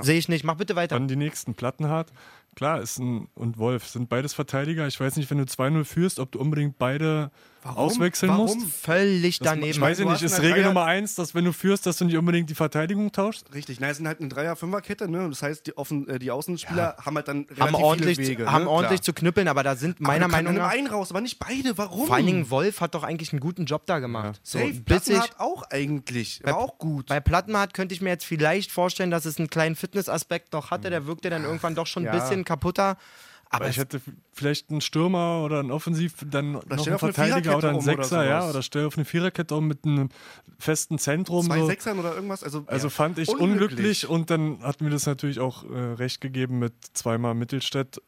C: Sehe ich nicht. Mach bitte weiter.
E: Dann die nächsten Plattenhardt. Klar, ist ein und Wolf sind beides Verteidiger. Ich weiß nicht, wenn du 2-0 führst, ob du unbedingt beide auswechseln
A: Warum?
E: musst.
C: Völlig daneben.
E: Ich weiß ja
A: Du
E: nicht,
A: hast
E: ist
A: eine
E: Regel
A: Dreier-
E: Nummer eins, dass wenn du führst, dass du nicht unbedingt die Verteidigung tauschst?
A: Richtig, nein, es sind halt eine Dreier-Fünfer-Kette, ne? Das heißt, die, offen, äh, die Außenspieler haben halt dann relativ
C: haben ordentlich,
A: viele Wege.
C: haben
A: ne?
C: ordentlich zu knüppeln, aber da sind meiner Meinung nach.
A: einen raus, aber nicht beide. Warum?
C: Vor allen Dingen Wolf hat doch eigentlich einen guten Job da gemacht. So,
A: Hm. Safe,
C: bis ich,
A: Plattenhardt auch eigentlich. War auch gut.
C: bei Plattenhardt könnte ich mir jetzt vielleicht vorstellen, dass es einen kleinen Fitnessaspekt noch hatte. Der wirkte dann irgendwann doch schon ein
A: Hm. Ja.
C: bisschen kaputter. Aber
E: Weil ich hätte vielleicht einen Stürmer oder einen Offensiv, dann noch
A: stell
E: einen
A: auf eine
E: Verteidiger
A: Viererkette
E: oder einen
A: um oder
E: Sechser, ja,
A: sowas.
E: oder stell auf eine Viererkette um mit einem festen Zentrum.
A: Zwei
E: so.
A: Sechsern oder irgendwas. Also,
E: Also
A: ja.
E: fand ich unglücklich. und dann hat mir das natürlich auch äh, recht gegeben mit zweimal Mittelstädt.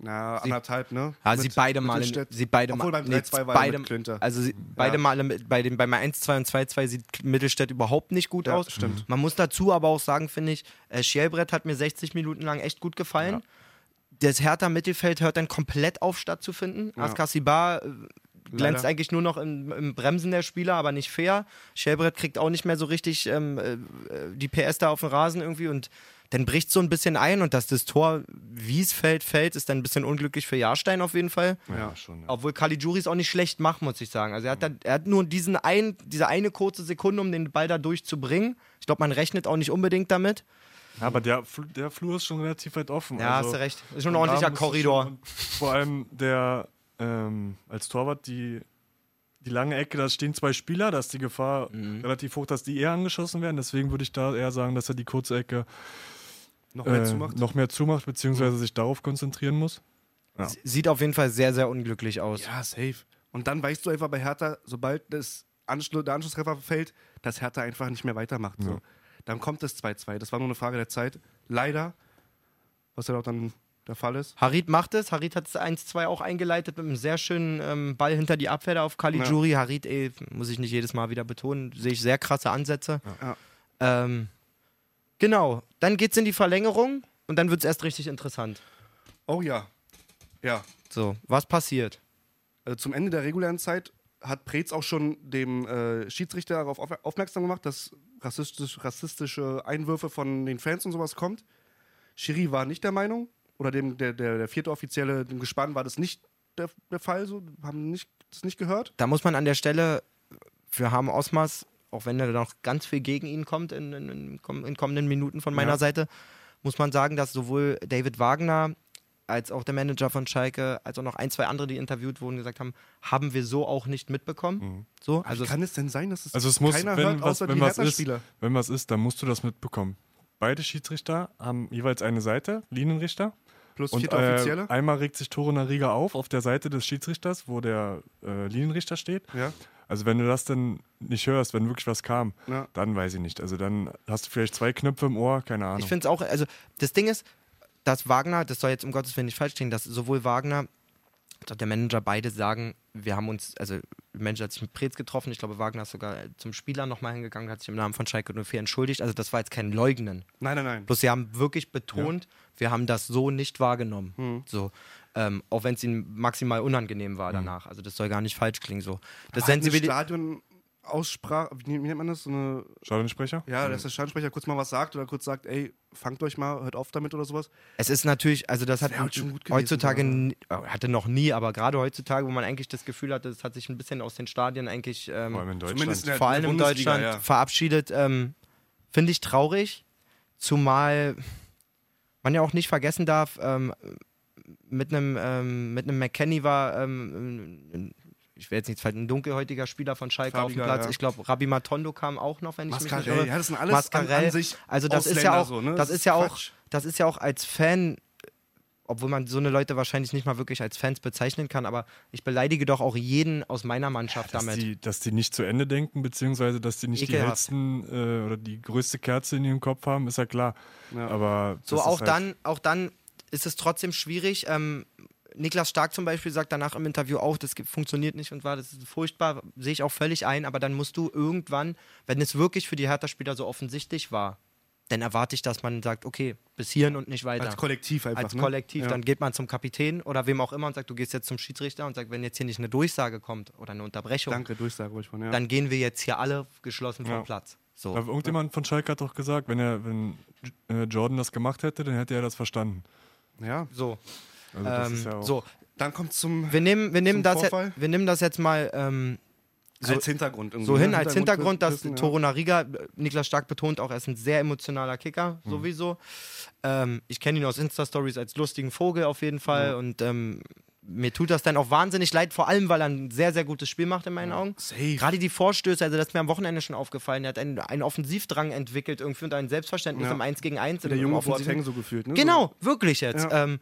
A: Na, anderthalb, ne?
C: Ja,
A: Mit-
C: sie beide
A: mit
C: Mal. In,
A: Mittelstädt.
C: sie beide
A: Obwohl
C: mal.
A: beim
C: nee,
A: 3-2 war
C: beide,
A: er mit Klünter.
C: also sie, beide
A: Ja.
C: Male mit, bei, den, bei mal 1-2 und 2-2 sieht Mittelstädt überhaupt nicht gut
A: Ja,
C: aus.
A: stimmt.
C: Man muss dazu aber auch sagen, finde ich, äh, Schielbrett hat mir 60 Minuten lang echt gut gefallen. Das härter Mittelfeld hört dann komplett auf stattzufinden. Ja. Askasibar äh, glänzt
A: Leider.
C: eigentlich nur noch im, im Bremsen der Spieler, aber nicht fair. Schielbrett kriegt auch nicht mehr so richtig ähm, äh, die PS da auf den Rasen irgendwie und dann bricht so ein bisschen ein und dass das Tor Wiesfeld fällt, ist dann ein bisschen unglücklich für Jahrstein auf jeden Fall.
E: Ja, schon. Ja.
C: Obwohl Caligiuri es auch nicht schlecht macht, muss ich sagen. Also er hat, dann, er hat nur diesen ein, diese eine kurze Sekunde, um den Ball da durchzubringen. Ich glaube, man rechnet auch nicht unbedingt damit.
E: Aber der, Fl- der Flur ist schon relativ weit offen.
C: Ja,
E: also
C: hast du recht. Ist schon ein
E: da
C: ordentlicher
E: musst du
C: Korridor.
E: schon- Vor allem der ähm, als Torwart die, die lange Ecke, da stehen zwei Spieler, da ist die Gefahr relativ hoch, dass die eher angeschossen werden. Deswegen würde ich da eher sagen, dass er die kurze Ecke
A: Noch
E: äh,
A: mehr zumacht.
E: noch mehr zumacht, beziehungsweise sich darauf konzentrieren muss.
C: Sieht auf jeden Fall sehr, sehr unglücklich aus.
A: Ja, safe. Und dann weißt du einfach bei Hertha, sobald das Anschlu der Anschlusstreffer fällt, dass Hertha einfach nicht mehr weitermacht. So. Dann kommt das 2-2. Das war nur eine Frage der Zeit. Leider, was ja auch dann der Fall ist.
C: Harit macht es. Harit hat es 1-2 auch eingeleitet mit einem sehr schönen ähm, Ball hinter die Abwehr da auf Caligiuri. Harit, ey, muss ich nicht jedes Mal wieder betonen, sehe ich sehr krasse Ansätze.
A: Ja.
C: Ähm, genau, dann geht's in die Verlängerung und dann wird es erst richtig interessant.
A: Oh ja. Ja.
C: So, was passiert?
A: Also zum Ende der regulären Zeit hat Preetz auch schon dem äh, Schiedsrichter darauf auf, aufmerksam gemacht, dass rassistisch, rassistische Einwürfe von den Fans und sowas kommt. Schiri war nicht der Meinung, oder dem, der, der, der vierte Offizielle, dem Gespann war das nicht der, der Fall, so, haben nicht, das nicht gehört.
C: Da muss man an der Stelle für Harm Osmas, auch wenn da noch ganz viel gegen ihn kommt in, in, in, komm- in kommenden Minuten von meiner
A: Ja.
C: Seite, muss man sagen, dass sowohl David Wagner als auch der Manager von Schalke, als auch noch ein, zwei andere, die interviewt wurden, gesagt haben, haben wir so auch nicht mitbekommen. So, also
A: Also
C: es-
A: kann es denn sein, dass es,
E: Also es muss,
A: keiner
E: wenn,
A: hört,
E: was,
A: außer
E: wenn,
A: die
E: was ist,
A: Hertha-Spieler?
E: wenn was ist, dann musst du das mitbekommen. Beide Schiedsrichter haben jeweils eine Seite, Linienrichter.
A: Plus
E: Und
A: vierte
E: äh,
A: Offizielle?
E: einmal regt sich Toro Riga auf, auf der Seite des Schiedsrichters, wo der äh, Linienrichter steht.
A: Ja.
E: Also wenn du das dann nicht hörst, wenn wirklich was kam,
A: Ja.
E: dann weiß ich nicht. Also dann hast du vielleicht zwei Knöpfe im Ohr, keine Ahnung.
C: Ich finde es auch, also das Ding ist, dass Wagner, das soll jetzt um Gottes Willen nicht falsch stehen, dass sowohl Wagner als auch der Manager beide sagen, wir haben uns, also der Manager hat sich mit Preetz getroffen, ich glaube, Wagner ist sogar zum Spieler nochmal hingegangen, hat sich im Namen von Schalke 04 entschuldigt, also das war jetzt kein Leugnen.
A: Nein, nein, nein.
C: Bloß sie haben wirklich betont, wir haben das so nicht wahrgenommen. So. Ähm, auch wenn es ihnen maximal unangenehm war danach. Also das soll gar nicht falsch klingen so. Das
A: Hat eine
C: Sensibili-
A: Stadion-Aussprache, wie, wie nennt man das? So eine
E: Schadensprecher?
A: Ja, dass der Stadionsprecher kurz mal was sagt oder kurz sagt, ey, fangt euch mal, hört auf damit oder sowas.
C: Es ist natürlich, also das,
A: wär
C: hat
A: halt schon gut gewesen,
C: heutzutage,
A: aber-
C: n- äh, hatte noch nie, aber gerade heutzutage, wo man eigentlich das Gefühl hatte, es hat sich ein bisschen aus den Stadien eigentlich,
E: Vor allem
C: ähm,
E: in Deutschland.
A: Zumindest in der-
C: vor allem in
A: Bundesliga,
C: Deutschland,
A: ja.
C: verabschiedet, ähm, finde ich traurig, zumal man ja auch nicht vergessen darf, ähm, mit einem ähm, mit einem McKenny war, ähm, ein- ich werde jetzt nicht falsch, ein dunkelhäutiger Spieler von Schalke
A: Farbiger,
C: auf dem Platz.
A: ja.
C: Ich glaube, Rabbi Matondo kam auch noch, wenn ich mich nicht
A: Mascarell,
C: irre.
A: ja, das sind alles an-
C: Mascarell.
A: an sich
C: also das ist ja
A: Ausländer
C: auch,
A: so, ne?
C: das
A: Das
C: ist
A: ist
C: ja auch,
A: Quatsch.
C: das ist ja auch als Fan obwohl man so eine Leute wahrscheinlich nicht mal wirklich als Fans bezeichnen kann, aber ich beleidige doch auch jeden aus meiner Mannschaft
E: Dass
C: damit.
E: die, dass die nicht zu Ende denken, beziehungsweise dass die nicht
C: Ekelhaft.
E: die hellsten äh, oder die größte Kerze in ihrem Kopf haben, ist ja klar. Aber
C: So
E: das
C: auch
E: ist halt-
C: dann, auch dann ist es trotzdem schwierig. Ähm, Niklas Stark zum Beispiel sagt danach im Interview auch, das ge- funktioniert nicht und war das ist furchtbar, sehe ich auch völlig ein, aber dann musst du irgendwann, wenn es wirklich für die Hertha-Spieler so offensichtlich war, dann erwarte ich, dass man sagt, okay, bis hierhin und nicht weiter.
A: Als Kollektiv einfach.
C: als
A: ne?
C: Kollektiv.
A: Ja.
C: Dann geht man zum Kapitän oder wem auch immer und sagt, du gehst jetzt zum Schiedsrichter und sagt, wenn jetzt hier nicht eine Durchsage kommt oder eine Unterbrechung,
A: Danke, Durchsage wollte ich von, ja.
C: dann gehen wir jetzt hier alle geschlossen vom
E: Ja.
C: Platz. So.
E: Aber irgendjemand von Schalke hat doch gesagt, wenn er, wenn äh, Jordan das gemacht hätte, dann hätte er das verstanden.
A: ja.
C: so.
E: Also das
C: ähm,
E: ist ja auch
C: so.
A: Dann kommt zum
C: Wir nehmen, wir nehmen,
A: Zum
C: das, jetzt,
A: Vorfall?
C: wir nehmen das jetzt mal ähm, so-
A: als Hintergrund irgendwie.
C: so hin
A: ne?
C: als Hintergrund, dass
A: wissen, ja.
C: Toro Nariga, Niklas Stark betont auch, er ist ein sehr emotionaler Kicker,
A: Hm.
C: sowieso. Ähm, ich kenne ihn aus Insta-Stories als lustigen Vogel auf jeden Fall und ähm, mir tut das dann auch wahnsinnig leid, vor allem, weil er ein sehr, sehr gutes Spiel macht in meinen Augen.
A: Safe.
C: Gerade die Vorstöße, also das ist mir am Wochenende schon aufgefallen, er hat einen, einen Offensivdrang entwickelt irgendwie und ein Selbstverständnis
A: Ja.
C: im 1 gegen 1.
A: der
C: im- im
A: junge
C: Offensiven-
A: Boateng so gefühlt, ne?
C: Genau, wirklich jetzt.
A: Ja.
C: Ähm,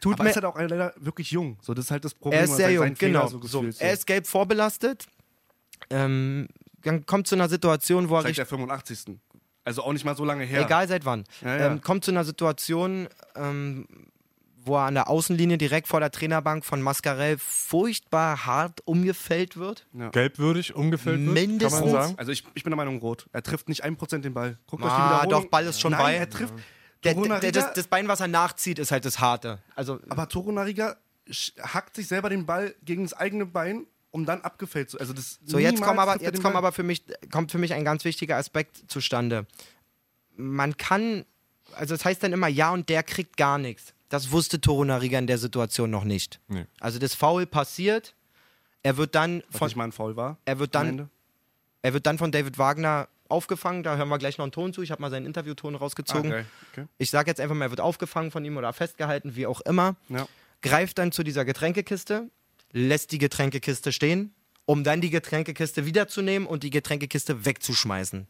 C: tut
A: Aber
C: mir
A: er ist halt auch leider wirklich jung. So, das ist halt das Problem.
C: er ist
A: man
C: sehr
A: hat
C: jung,
A: seinen Fehler
C: genau.
A: So
C: so
A: gefühlt, so.
C: Er ist gelb vorbelastet. Ähm, dann kommt zu einer Situation, wo er
A: seit
C: richtig,
A: der 85. Also auch nicht mal so lange her.
C: egal seit wann,
A: Ja, ja.
C: Ähm, kommt zu einer Situation, ähm, wo er an der Außenlinie direkt vor der Trainerbank von Mascarell furchtbar hart umgefällt wird.
E: gelbwürdig umgefällt wird, kann
C: Mindestens.
E: man sagen.
A: Also ich, ich bin der Meinung, rot. Er trifft nicht 1% den Ball. Guckt euch die
C: Ah,
A: Wiederholung-
C: doch, Ball ist schon
A: Nein,
C: bei.
A: er trifft.
C: Der,
A: Toro
C: der, der,
A: Nariga-
C: das, das Bein, was er nachzieht, ist halt das Harte. Also
A: Aber Toro Nariga sch- hackt sich selber den Ball gegen das eigene Bein, um dann abgefällt zu. Also das
C: So, jetzt,
A: niemals
C: kommen aber,
A: trifft er
C: jetzt
A: den
C: kommen
A: Ball.
C: aber für mich, kommt für mich ein ganz wichtiger Aspekt zustande. Man kann, also es heißt dann immer, ja und der kriegt gar nichts. Das wusste Toro Nariga in der Situation noch nicht.
E: Nee.
C: Also das Foul passiert, er wird dann
A: Was
C: von,
A: nicht mal ein Foul war.
C: er wird
A: am
C: dann
A: Ende. Ah,
C: er wird dann von David Wagner aufgefangen. Da hören wir gleich noch einen Ton zu. Ich habe mal seinen Interviewton rausgezogen.
A: Ah, geil. okay.
C: Ich sage jetzt einfach mal, er wird aufgefangen von ihm oder festgehalten, wie auch immer.
A: Ja.
C: Greift dann zu dieser Getränkekiste, lässt die Getränkekiste stehen, um dann die Getränkekiste wiederzunehmen und die Getränkekiste wegzuschmeißen.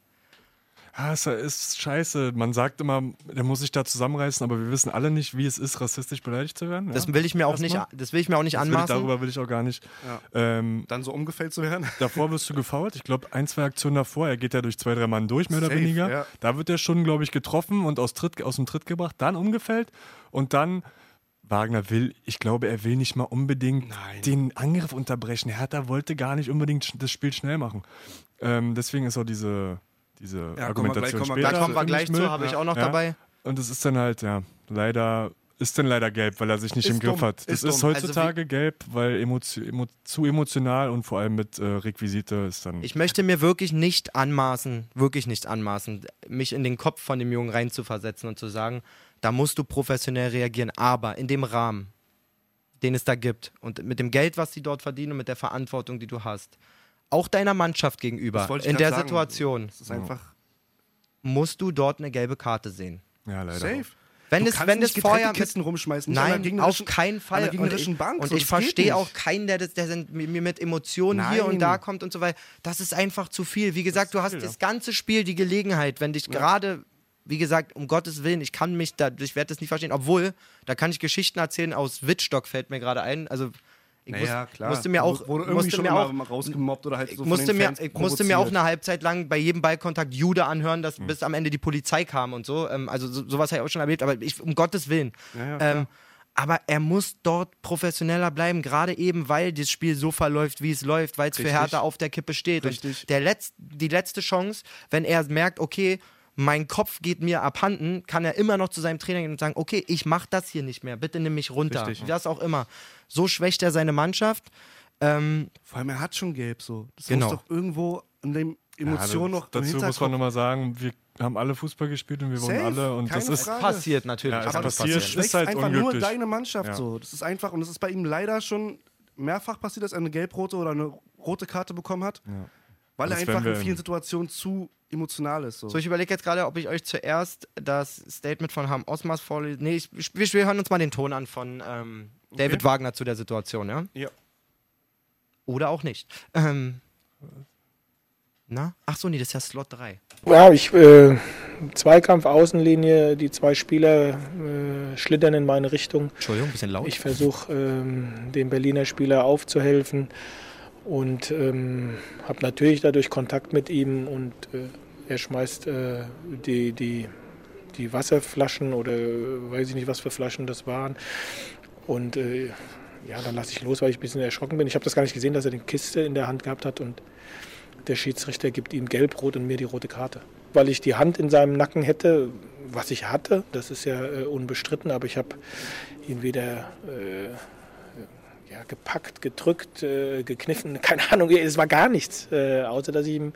E: Ah, es ist scheiße. Man sagt immer, der muss sich da zusammenreißen, aber wir wissen alle nicht, wie es ist, rassistisch beleidigt zu werden.
C: Das
E: ja?
C: will ich mir auch nicht,
E: Erstmal.
C: das will ich mir auch nicht
E: Das will ich,
C: anmaßen.
E: darüber will ich auch gar nicht. Ähm,
A: Dann so umgefällt zu werden.
E: davor wirst du gefault. Ich glaube, ein, zwei Aktionen davor. Er geht ja durch zwei, drei Mann durch, mehr oder
A: Safe,
E: weniger.
A: ja.
E: Da wird er schon, glaube ich, getroffen und aus, Tritt, aus dem Tritt gebracht, dann umgefällt und dann. Wagner will, ich glaube, er will nicht mal unbedingt den Angriff unterbrechen. Hertha wollte gar nicht unbedingt sch- das Spiel schnell machen. Ähm, deswegen ist auch diese, diese
A: Ja, kommen wir gleich-
E: Argumentation
A: kommen wir
E: später.
A: gleich
C: da kommen wir
E: finde
C: gleich
E: ich Müll.
C: zu, habe ich auch noch
E: Ja.
C: dabei.
E: Und es ist dann halt, ja, leider, ist dann leider gelb, weil er sich nicht
A: Ist
E: im Griff
A: dumm,
E: hat. Das
A: ist
E: ist,
A: dumm. Also
E: heutzutage gelb, weil emotio, emo, zu emotional und vor allem mit äh, Requisite ist dann.
C: Ich möchte mir wirklich nicht anmaßen, wirklich nicht anmaßen, mich in den Kopf von dem Jungen reinzuversetzen und zu sagen, da musst du professionell reagieren, aber in dem Rahmen, den es da gibt und mit dem Geld, was sie dort verdienen und mit der Verantwortung, die du hast, auch deiner Mannschaft gegenüber,
A: Das wollte ich
C: in
A: grad
C: der
A: sagen.
C: Situation,
A: Das ist einfach
C: musst du dort eine gelbe Karte sehen.
E: ja, leider.
A: safe.
C: Wenn
A: Du
C: es,
A: kannst
C: wenn es
A: nicht
C: vorher mit
A: Kisten rumschmeißen. nicht an der
C: Nein, auf
A: gegnerischen-
C: keinen
A: an
C: Fall.
A: der gegnerischen
C: und
A: Bank.
C: ich, und
A: so,
C: ich
A: das geht
C: verstehe auch
A: nicht.
C: keinen, der, das, der sind, mir mir mit Emotionen hier
A: Nein.
C: und da kommt und so weiter. Das ist einfach zu viel. Wie gesagt, du hast
E: viel,
C: das ganze Spiel die Gelegenheit, wenn dich gerade, wie gesagt, um Gottes Willen, ich kann mich da, ich werde das nicht verstehen, obwohl, da kann ich Geschichten erzählen aus Wittstock, fällt mir gerade ein. Also, ich
A: Naja,
C: muss,
A: klar.
C: musste mir auch,
A: Wurde irgendwie
C: musste
A: schon
C: mir auch
A: immer rausgemobbt oder halt so
C: ich musste,
A: von den
C: mir,
A: Fans
C: ich musste mir auch
A: provoziert. Hm.
C: eine Halbzeit lang bei jedem Ballkontakt Jude anhören, dass bis am Ende die Polizei kam und so. Ähm, also so, sowas habe ich auch schon erlebt, aber ich, um Gottes Willen. ähm, aber er muss dort professioneller bleiben, gerade eben, weil das Spiel so verläuft, wie es läuft, weil es für
A: Richtig.
C: Hertha auf der Kippe steht.
A: Richtig.
C: Und der Letz-, die letzte Chance, wenn er merkt, okay, mein Kopf geht mir abhanden, kann er immer noch zu seinem Trainer gehen und sagen, okay, ich mache das hier nicht mehr, bitte nimm mich runter.
A: Richtig.
C: Das auch immer. So schwächt er seine Mannschaft. Ähm,
A: Vor allem, er hat schon gelb so. Das
C: Genau.
A: muss doch irgendwo an den
E: Ja,
A: Emotionen
E: das-
A: noch im
E: Dazu muss man
A: Hinterkopf.
E: nochmal sagen, wir haben alle Fußball gespielt und wir wollen
A: Safe,
E: alle. Und das
A: keine
E: ist.
A: Frage.
C: passiert natürlich.
E: Ja, es
C: kann
E: passiert.
A: Du
E: Das
C: passieren.
A: schwächst
E: ist halt
A: einfach nur
E: unglücklich.
A: deine Mannschaft
E: Ja.
A: so. Das ist einfach, und es ist bei ihm leider schon mehrfach passiert, dass er eine gelb-rote oder eine rote Karte bekommen hat, weil er
E: Also Das
A: einfach
E: werden wir
A: in vielen
E: im-
A: Situationen zu emotional ist. So.
C: So, ich überlege jetzt gerade, ob ich euch zuerst das Statement von Ham Osmas vorlese. Nee, ich, ich, wir hören uns mal den Ton an von ähm, David Wagner zu der Situation, ja?
A: Ja.
C: Oder auch nicht. Ähm, na? Ach so, nee, das ist ja Slot 3.
F: Ja, ich äh, Zweikampf, Außenlinie, die zwei Spieler äh, schlittern in meine Richtung.
G: Entschuldigung, ein bisschen laut.
F: Ich versuche, ähm, dem Berliner Spieler aufzuhelfen und ähm, habe natürlich dadurch Kontakt mit ihm und äh, er schmeißt äh, die, die, die Wasserflaschen oder äh, weiß ich nicht, was für Flaschen das waren. Und äh, ja, dann lasse ich los, weil ich ein bisschen erschrocken bin. Ich habe das gar nicht gesehen, dass er die Kiste in der Hand gehabt hat und der Schiedsrichter gibt ihm gelb-rot und mir die rote Karte. Weil ich die Hand in seinem Nacken hätte, was ich hatte, das ist ja äh, unbestritten, aber ich habe ihn weder äh, ja, gepackt, gedrückt, äh, gekniffen, keine Ahnung, es war gar nichts, äh, außer dass ich ihm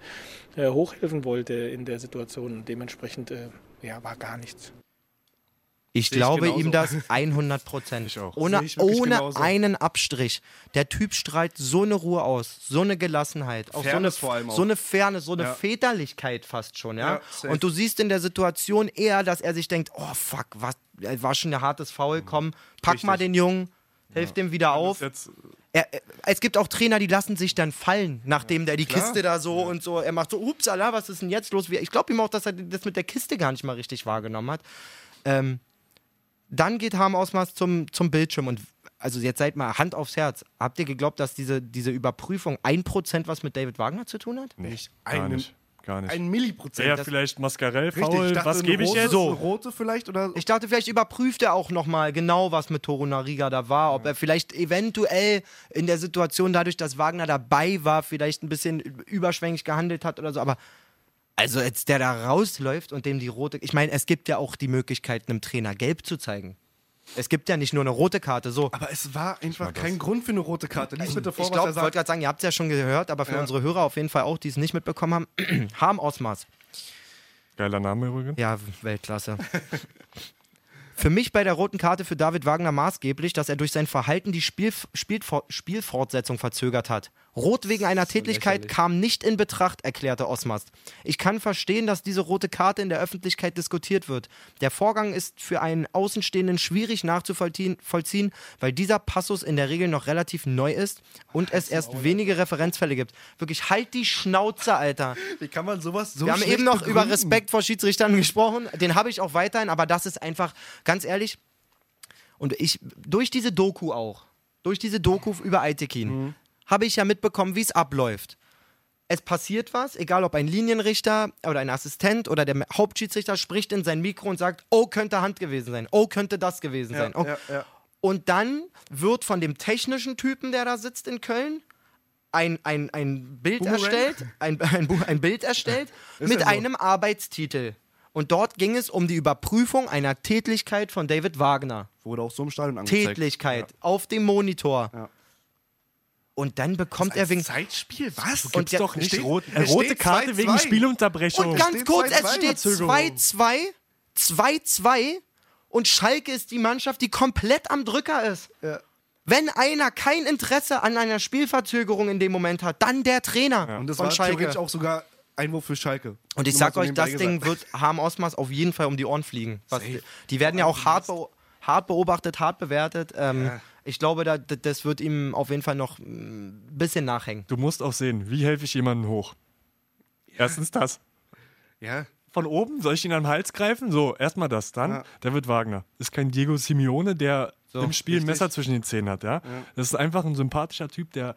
F: äh, hochhelfen wollte in der Situation. Und dementsprechend äh, ja, war gar nichts.
C: Ich
A: Sehe ich
C: glaube
A: genauso.
C: ihm das 100 Prozent.
A: auch.
C: Ohne,
A: Sehe ich wirklich
C: ohne
A: genauso.
C: einen Abstrich. Der Typ strahlt so eine Ruhe aus, so eine Gelassenheit, auch so, eine,
A: Fairness vor allem auch.
C: so eine Fairness, so eine
A: Ja.
C: Väterlichkeit fast schon. Ja?
A: Ja, safe.
C: Und du siehst in der Situation eher, dass er sich denkt: Oh fuck, was, war schon ein hartes Foul, komm, pack mal den Jungen, hilf dem wieder auf.
E: Jetzt,
C: Er, äh, es gibt auch Trainer, die lassen sich dann fallen, nachdem der die Kiste da so und so, er macht so, upsala, was ist denn jetzt los? Wie- Ich glaube ihm auch, dass er das mit der Kiste gar nicht mal richtig wahrgenommen hat. Ähm, dann geht Harm Ausmaß zum, zum Bildschirm und also jetzt seid mal Hand aufs Herz. Habt ihr geglaubt, dass diese, diese Überprüfung 1% was mit David Wagner zu tun hat?
A: Nicht
E: gar
A: einen-
E: nicht. Gar nicht.
A: Ein Milliprozent.
E: ja,
A: Das-
E: vielleicht Mascarell,
A: Richtig,
E: faul,
A: ich dachte,
E: was
A: eine
E: gebe ich
A: rote,
E: jetzt?
A: so. eine rote vielleicht oder
C: Ich dachte, vielleicht überprüft er auch nochmal genau, was mit Toru Nariga da war. Ob er vielleicht eventuell in der Situation, dadurch, dass Wagner dabei war, vielleicht ein bisschen überschwänglich gehandelt hat oder so. Aber also, als der da rausläuft und dem die rote. Ich meine, es gibt ja auch die Möglichkeit, einem Trainer gelb zu zeigen. Es gibt ja nicht nur eine rote Karte. So,
A: Aber es war einfach kein Grund für eine rote Karte. Lies bitte vor,
C: ich glaube,
A: was
C: ich
A: er
C: wollte
A: sagt.
C: gerade sagen, ihr habt es ja schon gehört, aber für
A: Ja.
C: unsere Hörer auf jeden Fall auch, die es nicht mitbekommen haben, Harmausmaß.
E: Geiler Name übrigens.
C: Ja, Weltklasse. für mich bei der roten Karte für David Wagner maßgeblich, dass er durch sein Verhalten die Spielf Spielfor Spielfortsetzung verzögert hat. Rot wegen einer Tätlichkeit kam nicht in Betracht, erklärte Osmast. Ich kann verstehen, dass diese rote Karte in der Öffentlichkeit diskutiert wird. Der Vorgang ist für einen Außenstehenden schwierig nachzuvollziehen, vollziehen, weil dieser Passus in der Regel noch relativ neu ist und es erst wenige Referenzfälle gibt. Wirklich, halt die Schnauze, Alter.
A: Wie kann man sowas so
C: Wir haben
A: schlecht
C: eben noch über
A: begründen?
C: Respekt vor Schiedsrichtern gesprochen. Den habe ich auch weiterhin, aber das ist einfach, ganz ehrlich, und ich, durch diese Doku auch, durch diese Doku über Aitekin,
A: Mhm.
C: habe ich ja mitbekommen, wie es abläuft. Es passiert was, egal ob ein Linienrichter oder ein Assistent oder der Hauptschiedsrichter spricht in sein Mikro und sagt, oh, könnte Hand gewesen sein, oh, könnte das gewesen sein. Oh.
A: Ja, ja.
C: Und dann wird von dem technischen Typen, der da sitzt in Köln, ein, ein, ein Bild
A: Boomerang?
C: erstellt, ein, ein, Bu- ein Bild erstellt
A: ja
C: mit
A: so.
C: einem Arbeitstitel. Und dort ging es um die Überprüfung einer Tätlichkeit von David Wagner.
A: Wurde auch so im Stadion angezeigt.
C: Tätlichkeit auf dem Monitor.
A: Ja.
C: Und dann bekommt er wegen.
A: Zeitspiel? Was?
C: Und
A: Gibt's
C: ja-
A: doch nicht.
E: Nicht
A: Steht-
E: rot, äh,
A: es
E: rote
A: steht
E: Karte
A: 2-2.
E: wegen Spielunterbrechung.
C: Und ganz
A: steht
C: kurz,
A: 2-2
C: es steht
A: Verzögerung.
C: 2-2, 2-2 und Schalke ist die Mannschaft, die komplett am Drücker ist. Wenn einer kein Interesse an einer Spielverzögerung in dem Moment hat, dann der Trainer
A: Und das
C: von
A: war
C: Schalke.
A: theoretisch auch sogar Einwurf für Schalke.
C: Und ich
A: Nur
C: sag
A: mal so
C: euch, das
A: nebenbei
C: Ding
A: gesagt.
C: wird Harm Osmas auf jeden Fall um die Ohren fliegen. Was, die werden ja auch hart, beo- hart beobachtet, hart bewertet. Ähm, Ich glaube, da, d- das wird ihm auf jeden Fall noch mm, ein bisschen nachhängen.
E: Du musst auch sehen, wie helfe ich jemandem hoch? Erstens das.
A: Ja.
E: Von oben, soll ich ihn am Hals greifen? So, erstmal das. Dann
A: Ja.
E: David Wagner. Ist kein Diego Simeone, der im Spiel ein Messer zwischen den Zähnen hat, ja? Das ist einfach ein sympathischer Typ, der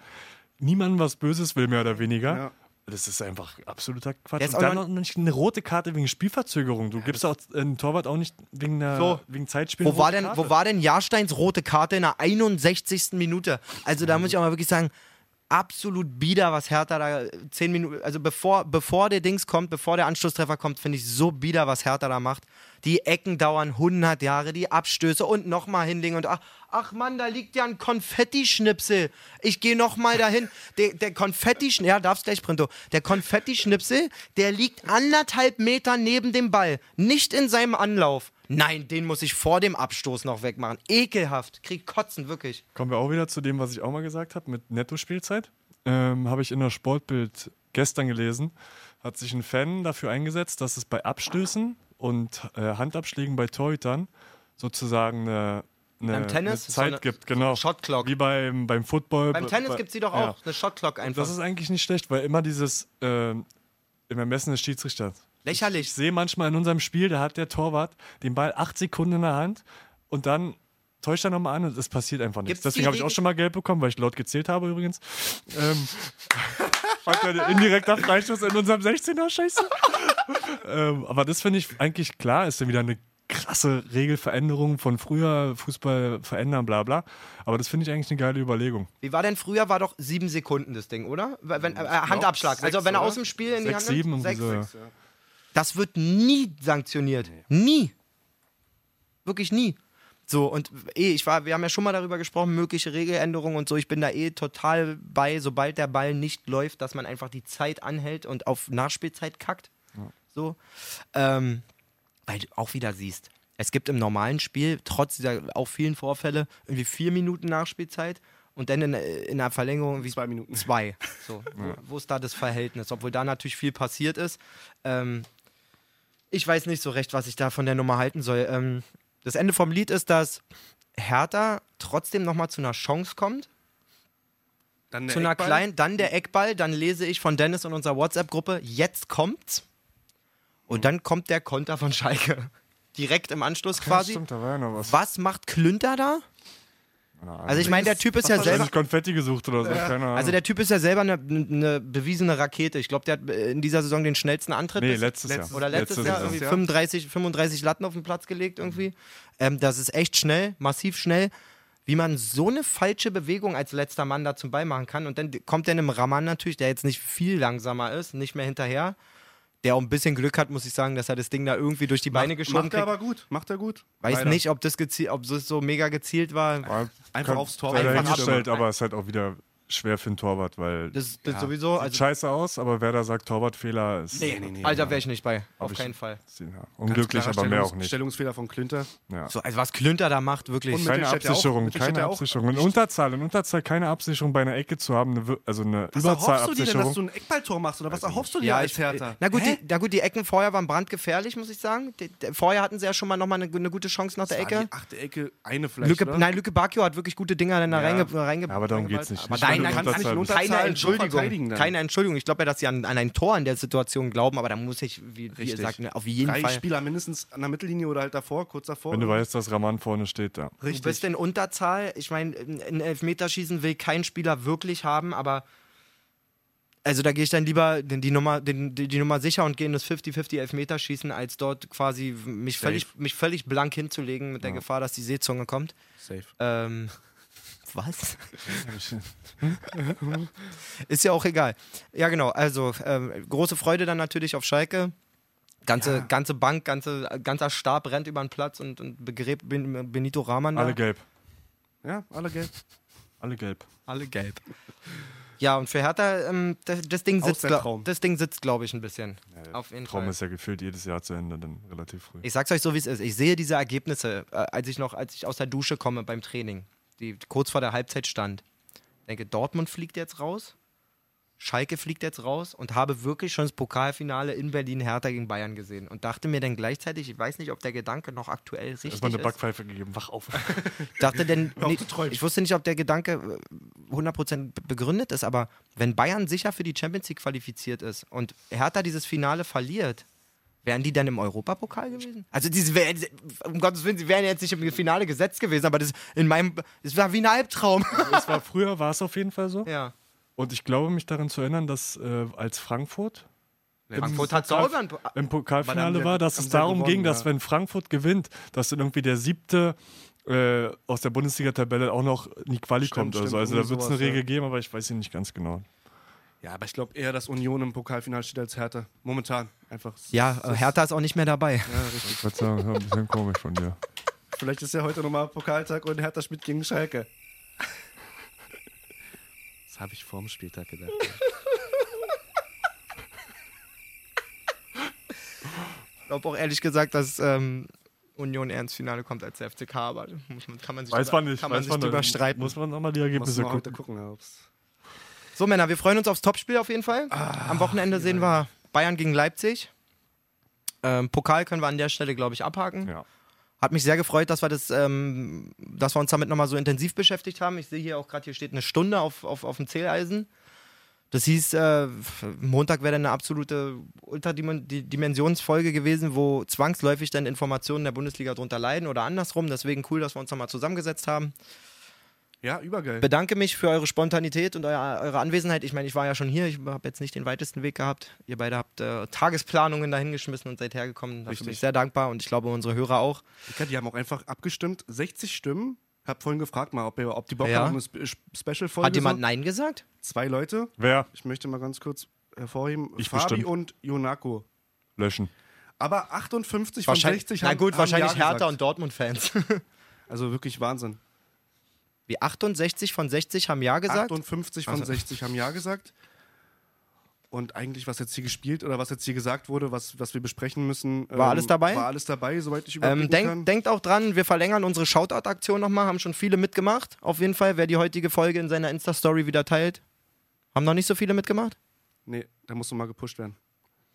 E: niemandem was Böses will, mehr oder weniger.
A: Ja.
E: Das ist einfach absoluter
C: Der
E: Quatsch.
C: ist
E: Und
C: auch
E: dann
C: noch-
E: noch nicht eine rote Karte wegen Spielverzögerung. Du gibst auch äh, einen Torwart auch nicht wegen, einer,
C: So.
E: wegen Zeitspielen.
C: Wo war,
E: rote
C: denn,
E: Karte.
C: wo war denn Jahrsteins rote Karte in der 61. Minute? Also
E: Mhm.
C: da muss ich auch mal wirklich sagen, absolut bieder, was Hertha da äh, zehn Minuten, also bevor, bevor der Dings kommt, bevor der Anschlusstreffer kommt, finde ich so bieder, was Hertha da macht. Die Ecken dauern 100 Jahre, die Abstöße und nochmal hinlegen und ach, ach Mann, da liegt ja ein Konfettischnipsel. Ich gehe nochmal dahin. Der, der Konfettischnipsel, ja, darfst gleich, Printo. Der Konfettischnipsel, der liegt anderthalb Meter neben dem Ball, nicht in seinem Anlauf. Nein, den muss ich vor dem Abstoß noch wegmachen. Ekelhaft. Krieg Kotzen, wirklich.
E: Kommen wir auch wieder zu dem, was ich auch mal gesagt habe mit Netto-Spielzeit. Ähm, habe ich in der Sportbild gestern gelesen, hat sich ein Fan dafür eingesetzt, dass es bei Abstößen und äh, Handabschlägen bei Torhütern sozusagen eine, eine,
C: Beim Tennis?
E: eine
C: So
E: Zeit
C: eine
E: gibt. Genau.
C: Shotclock.
E: Wie beim, beim Football.
C: Beim
E: bei-
C: Tennis
E: bei-
C: gibt's die doch
E: ja.
C: auch. Eine Shotclock einfach.
E: Das ist eigentlich nicht schlecht, weil immer dieses ähm, im Ermessen des Schiedsrichters. Ich
C: Lächerlich.
E: sehe manchmal in unserem Spiel, da hat der Torwart den Ball acht Sekunden in der Hand und dann täuscht er nochmal an und es passiert einfach nichts.
C: Gibt's die
E: Deswegen habe ich auch
C: Regel-
E: schon mal gelb bekommen, weil ich laut gezählt habe übrigens. Ähm, heute ein indirekter Freistoß in unserem 16er, scheiße. ähm, aber das finde ich eigentlich klar, ist ja wieder eine krasse Regelveränderung von früher, Fußball verändern, bla bla. Aber das finde ich eigentlich eine geile Überlegung.
C: Wie war denn früher? War doch sieben Sekunden das Ding, oder? Wenn, äh, Handabschlag. also
A: sechs,
C: wenn er
A: oder?
C: aus dem Spiel in die
E: Sechs,
C: Hand nimmt,
E: sieben um und
C: sechs.
E: so. ja.
C: Das wird nie sanktioniert. Nie. Wirklich nie. So, und eh, ich war, wir haben ja schon mal darüber gesprochen, mögliche Regeländerungen und so. Ich bin da eh total bei, sobald der Ball nicht läuft, dass man einfach die Zeit anhält und auf Nachspielzeit kackt. So. Ähm, weil du auch wieder siehst, es gibt im normalen Spiel, trotz dieser auch vielen Vorfälle, irgendwie vier Minuten Nachspielzeit und dann in, in der Verlängerung wie
A: Zwei Minuten.
C: Zwei. So, wo, wo ist da das Verhältnis? Obwohl da natürlich viel passiert ist. Ähm, ich weiß nicht so recht, was ich da von der Nummer halten soll. Ähm, das Ende vom Lied ist, dass Hertha trotzdem nochmal zu einer Chance kommt.
A: Dann der
C: Zu einer
A: Eckball.
C: kleinen, dann der Eckball, dann lese ich von Dennis in unserer WhatsApp-Gruppe, jetzt kommt's. Und dann kommt der Konter von Schalke. Direkt im Anschluss quasi.
E: Stimmt, da war ja noch was.
C: Was macht Klünter da? Also ich meine, der Typ ist ja
E: Hat er
C: selber.
E: nicht Konfetti gesucht oder so, keine Ahnung.
C: Also der Typ ist ja selber eine, eine bewiesene Rakete. Ich glaube, der hat äh, in dieser Saison den schnellsten Antritt.
E: nee,
C: Das-
E: letztes,
A: letztes-
E: Jahr.
C: oder letztes,
E: Letzte
C: Jahr
E: Saison.
C: irgendwie 35, 35 Latten auf den Platz gelegt irgendwie. Ähm, das ist echt schnell, massiv schnell. Wie man so eine falsche Bewegung als letzter Mann da zum Ball machen kann. Und dann kommt dann im Raman natürlich, der jetzt nicht viel langsamer ist, nicht mehr hinterher. Der auch ein bisschen Glück hat, muss ich sagen, dass er das Ding da irgendwie durch die Beine geschoben
A: Macht er
C: kriegt.
A: aber gut. Macht er gut.
C: Weiß
A: Leider.
C: nicht, ob das, gezielt, ob das so mega gezielt war.
E: War-
A: Einfach aufs Tor.
E: sei
C: Einfach
E: dahingestellt,
C: abschirmen.
E: aber es ist halt auch wieder schwer für einen Torwart, weil
C: Das, das sowieso.
E: sieht
C: Also,
E: scheiße aus, aber wer da sagt Torwartfehler ist
A: Nee, nee, nee.
C: Alter, wäre ich nicht bei. Auf
E: ich-
C: keinen Fall.
E: ja, unglücklich,
A: Klarer
E: aber mehr
A: Stellungs-
E: auch nicht.
A: Stellungsfehler von Klünter.
E: Ja.
C: So, also was Klünter da macht, wirklich.
A: Und mit-
E: Keine
A: Mittelstädt ja auch-
E: Absicherung,
A: Mittelstädt
E: keine
A: ja auch
E: Absicherung. In Unterzahl, in Unterzahl keine Absicherung bei einer Ecke zu haben, eine, wir- also eine
A: Was erhoffst du dir denn, dass du
E: Überzahlabsicherung.
A: ein Eckballtor machst? Oder was erhoffst du dir
C: Ja,
A: als
C: ich-
A: Hertha?
C: Äh, Na gut, die, na gut, die Ecken vorher waren brandgefährlich, muss ich sagen. Die, die, vorher hatten sie ja schon mal nochmal eine, eine gute Chance nach der
A: Ah,
C: Ecke.
A: Die achte Ecke, eine vielleicht. ne?
C: Lücke,
A: oder?
C: nein, Lüke Bakio hat wirklich gute Dinger dann da
A: Ja.
C: reinge, reinge
E: Aber darum geht's nicht.
C: Aber
E: Ich
C: nein,
E: meine,
C: nein,
E: du
A: in
C: nein,
E: kannst nicht
C: keine
A: Unterzahl so
C: Entschuldigung.
A: verteidigen dann.
C: Keine Entschuldigung. Ich glaube ja, dass sie an, an ein Tor in der Situation glauben, aber da muss ich, wie, wie ihr
A: Richtig.
C: sagt, ne, auf jeden
A: Drei
C: Fall.
A: Spieler mindestens an der Mittellinie oder halt davor, kurz davor.
E: Wenn du weißt, dass Raman vorne steht, da.
C: Du bist in Unterzahl. Ich meine, ein Elfmeterschießen will kein Spieler wirklich haben, aber also da gehe ich dann lieber den- die Nummer, den, die, die Nummer sicher und gehe in das 50-50 Elfmeterschießen, als dort quasi mich völlig, mich völlig blank hinzulegen mit der Gefahr, dass die Seezunge kommt.
A: Safe.
C: Ähm, was? Ist ja auch egal. Ja, genau. Also ähm, große Freude dann natürlich auf Schalke. Ganze, ganze Bank, ganze, ganzer Stab rennt über den Platz und, und begräbt Ben- Benito Rahman. Da.
E: Alle gelb.
A: Ja, alle gelb.
E: Alle gelb.
C: Alle gelb. Ja, und für Hertha, ähm, das, das Ding
A: Auch
C: sitzt,
A: sein
C: gla-
A: Traum.
C: das Ding sitzt, glaube ich, ein bisschen. Auf jeden
E: Traum
C: Fall.
E: ist ja gefühlt jedes Jahr zu Ende, dann relativ früh.
C: Ich sag's euch so, wie es ist. Ich sehe diese Ergebnisse, äh, als ich noch, als ich aus der Dusche komme beim Training, die kurz vor der Halbzeit stand. Denke, Dortmund fliegt jetzt raus, Schalke fliegt jetzt raus und habe wirklich schon das Pokalfinale in Berlin Hertha gegen Bayern gesehen und dachte mir dann gleichzeitig, ich weiß nicht, ob der Gedanke noch aktuell richtig
E: Erstmal eine
C: ist.
E: Backpfeife gegeben, wach auf.
C: dachte denn,
A: auf
C: nee,
A: zu träumen.
C: ich wusste nicht, ob der Gedanke äh, 100% be- begründet ist, aber wenn Bayern sicher für die Champions League qualifiziert ist und Hertha dieses Finale verliert, wären die dann im Europapokal gewesen? Also diese, wär- um Gottes Willen, sie wären jetzt nicht im Finale gesetzt gewesen, aber das in meinem, es war wie ein Albtraum.
E: Das war früher, war es auf jeden Fall so.
C: Ja.
E: Und ich glaube, mich daran zu erinnern, dass äh, als Frankfurt
C: Frankfurt hat zu
E: Pokal-
C: Hause ein Po-
E: im
A: Haben
E: Pokalfinale
A: sie-
E: war, dass
A: haben
E: es
A: sie
E: darum
A: gewonnen,
E: ging, dass
A: ja.
E: wenn Frankfurt gewinnt, dass dann irgendwie der siebte äh, aus der Bundesliga-Tabelle auch noch in die Quali kommt oder
A: stimmt,
E: so. Also da
A: irgendwie
E: wird es eine
A: sowas, ja.
E: Regel geben, aber ich weiß sie nicht ganz genau.
A: Ja, aber ich glaube eher, dass Union im Pokalfinale steht als Hertha. Momentan. Einfach.
C: Ja, äh, Hertha ist auch nicht mehr dabei.
E: Ich würde sagen, ein bisschen komisch von dir.
A: Vielleicht ist ja heute nochmal Pokaltag und Hertha spielt gegen Schalke. Das habe ich vorm Spieltag gedacht.
C: Ich glaube auch ehrlich gesagt, dass ähm, Union eher ins Finale kommt als der FCK, aber da muss man, kann man sich,
E: Weiß
C: drüber-
E: man nicht.
C: kann man
E: weiß
C: sich
E: man
C: drüber
E: nicht.
C: streiten.
E: Muss man nochmal die
A: Muss
E: Ergebnisse
A: man heute
E: gucken.
A: gucken, ob's.
C: So, Männer, wir freuen uns aufs Topspiel auf jeden Fall. Am Wochenende sehen wir Bayern gegen Leipzig. Ähm, Pokal können wir an der Stelle, glaube ich, abhaken.
E: Ja.
C: Hat mich sehr gefreut, dass wir, das, ähm, dass wir uns damit nochmal so intensiv beschäftigt haben. Ich sehe hier auch gerade, hier steht eine Stunde auf, auf, auf dem Zähleisen. Das hieß, äh, Montag wäre dann eine absolute Ultradimensionsfolge gewesen, wo zwangsläufig dann Informationen der Bundesliga drunter leiden oder andersrum. Deswegen cool, dass wir uns nochmal zusammengesetzt haben.
A: Ja, übergeil.
C: Bedanke mich für eure Spontanität und euer, eure Anwesenheit. Ich meine, ich war ja schon hier, ich habe jetzt nicht den weitesten Weg gehabt. Ihr beide habt äh, Tagesplanungen dahingeschmissen und seid hergekommen. Dafür bin
A: Richtig.
C: ich sehr dankbar und ich glaube, unsere Hörer auch.
A: Dicker, die haben auch einfach abgestimmt. 60 Stimmen. Hab vorhin gefragt mal, ob, ihr- ob die Bock
C: Ja.
A: haben, eine Spe- Special-Folge.
C: Hat jemand Nein gesagt?
A: so. Zwei Leute.
E: Wer?
A: Ich möchte mal ganz kurz hervorheben.
E: Ich
A: Fabi
E: bestimmt.
A: und Jonako.
E: Löschen.
A: Aber 58 von
C: Wahrscheinlich,
A: 60 haben
C: na gut,
A: haben
C: wahrscheinlich
A: ja
C: Hertha und
A: gesagt.
C: Dortmund-Fans.
A: Also wirklich Wahnsinn.
C: Wie 68 von 60 haben Ja gesagt? Also
A: 58 von 60 haben Ja gesagt. Und eigentlich, was jetzt hier gespielt oder was jetzt hier gesagt wurde, was, was wir besprechen müssen. ähm,
C: War alles dabei?
A: War alles dabei, soweit ich überblicken
C: Ähm,
A: kann.
C: denkt, denkt auch dran, wir verlängern unsere Shoutout-Aktion nochmal, haben schon viele mitgemacht. Auf jeden Fall, wer die heutige Folge in seiner Insta-Story wieder teilt. Haben noch nicht so viele mitgemacht?
A: nee, da musst du mal gepusht werden.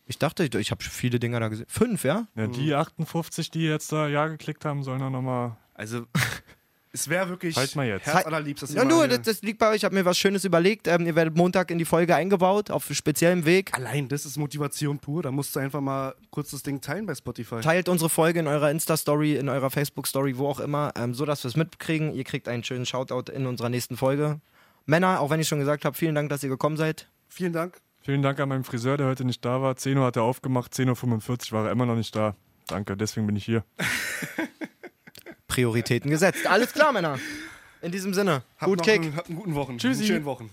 C: Ich dachte, ich, ich habe viele Dinger da gesehen. Fünf, ja?
E: Ja, die 58, die jetzt da Ja geklickt haben, sollen dann nochmal.
A: Also, es wäre wirklich
E: Halt mal jetzt.
A: herzallerliebstes.
C: Ja,
A: ihr
C: nur,
A: mal
C: das,
A: hier-
C: das liegt bei euch. Ich habe mir was Schönes überlegt. Ähm, ihr werdet Montag in die Folge eingebaut, auf speziellem Weg.
A: Allein das ist Motivation pur. Da musst du einfach mal kurz das Ding teilen bei Spotify.
C: Teilt unsere Folge in eurer Insta-Story, in eurer Facebook-Story, wo auch immer, ähm, so dass wir es mitkriegen. Ihr kriegt einen schönen Shoutout in unserer nächsten Folge. Männer, auch wenn ich schon gesagt habe, vielen Dank, dass ihr gekommen seid.
A: Vielen Dank.
E: Vielen Dank an meinen Friseur, der heute nicht da war. 10 Uhr hat er aufgemacht, 10.45 Uhr war er immer noch nicht da. Danke, deswegen bin ich hier.
C: Prioritäten gesetzt. Alles klar, Männer. In diesem Sinne.
A: Habt
C: Gut
A: noch
C: Kick.
A: Einen, habt einen guten Wochen.
E: Tschüssi.
A: Einen schönen Wochen.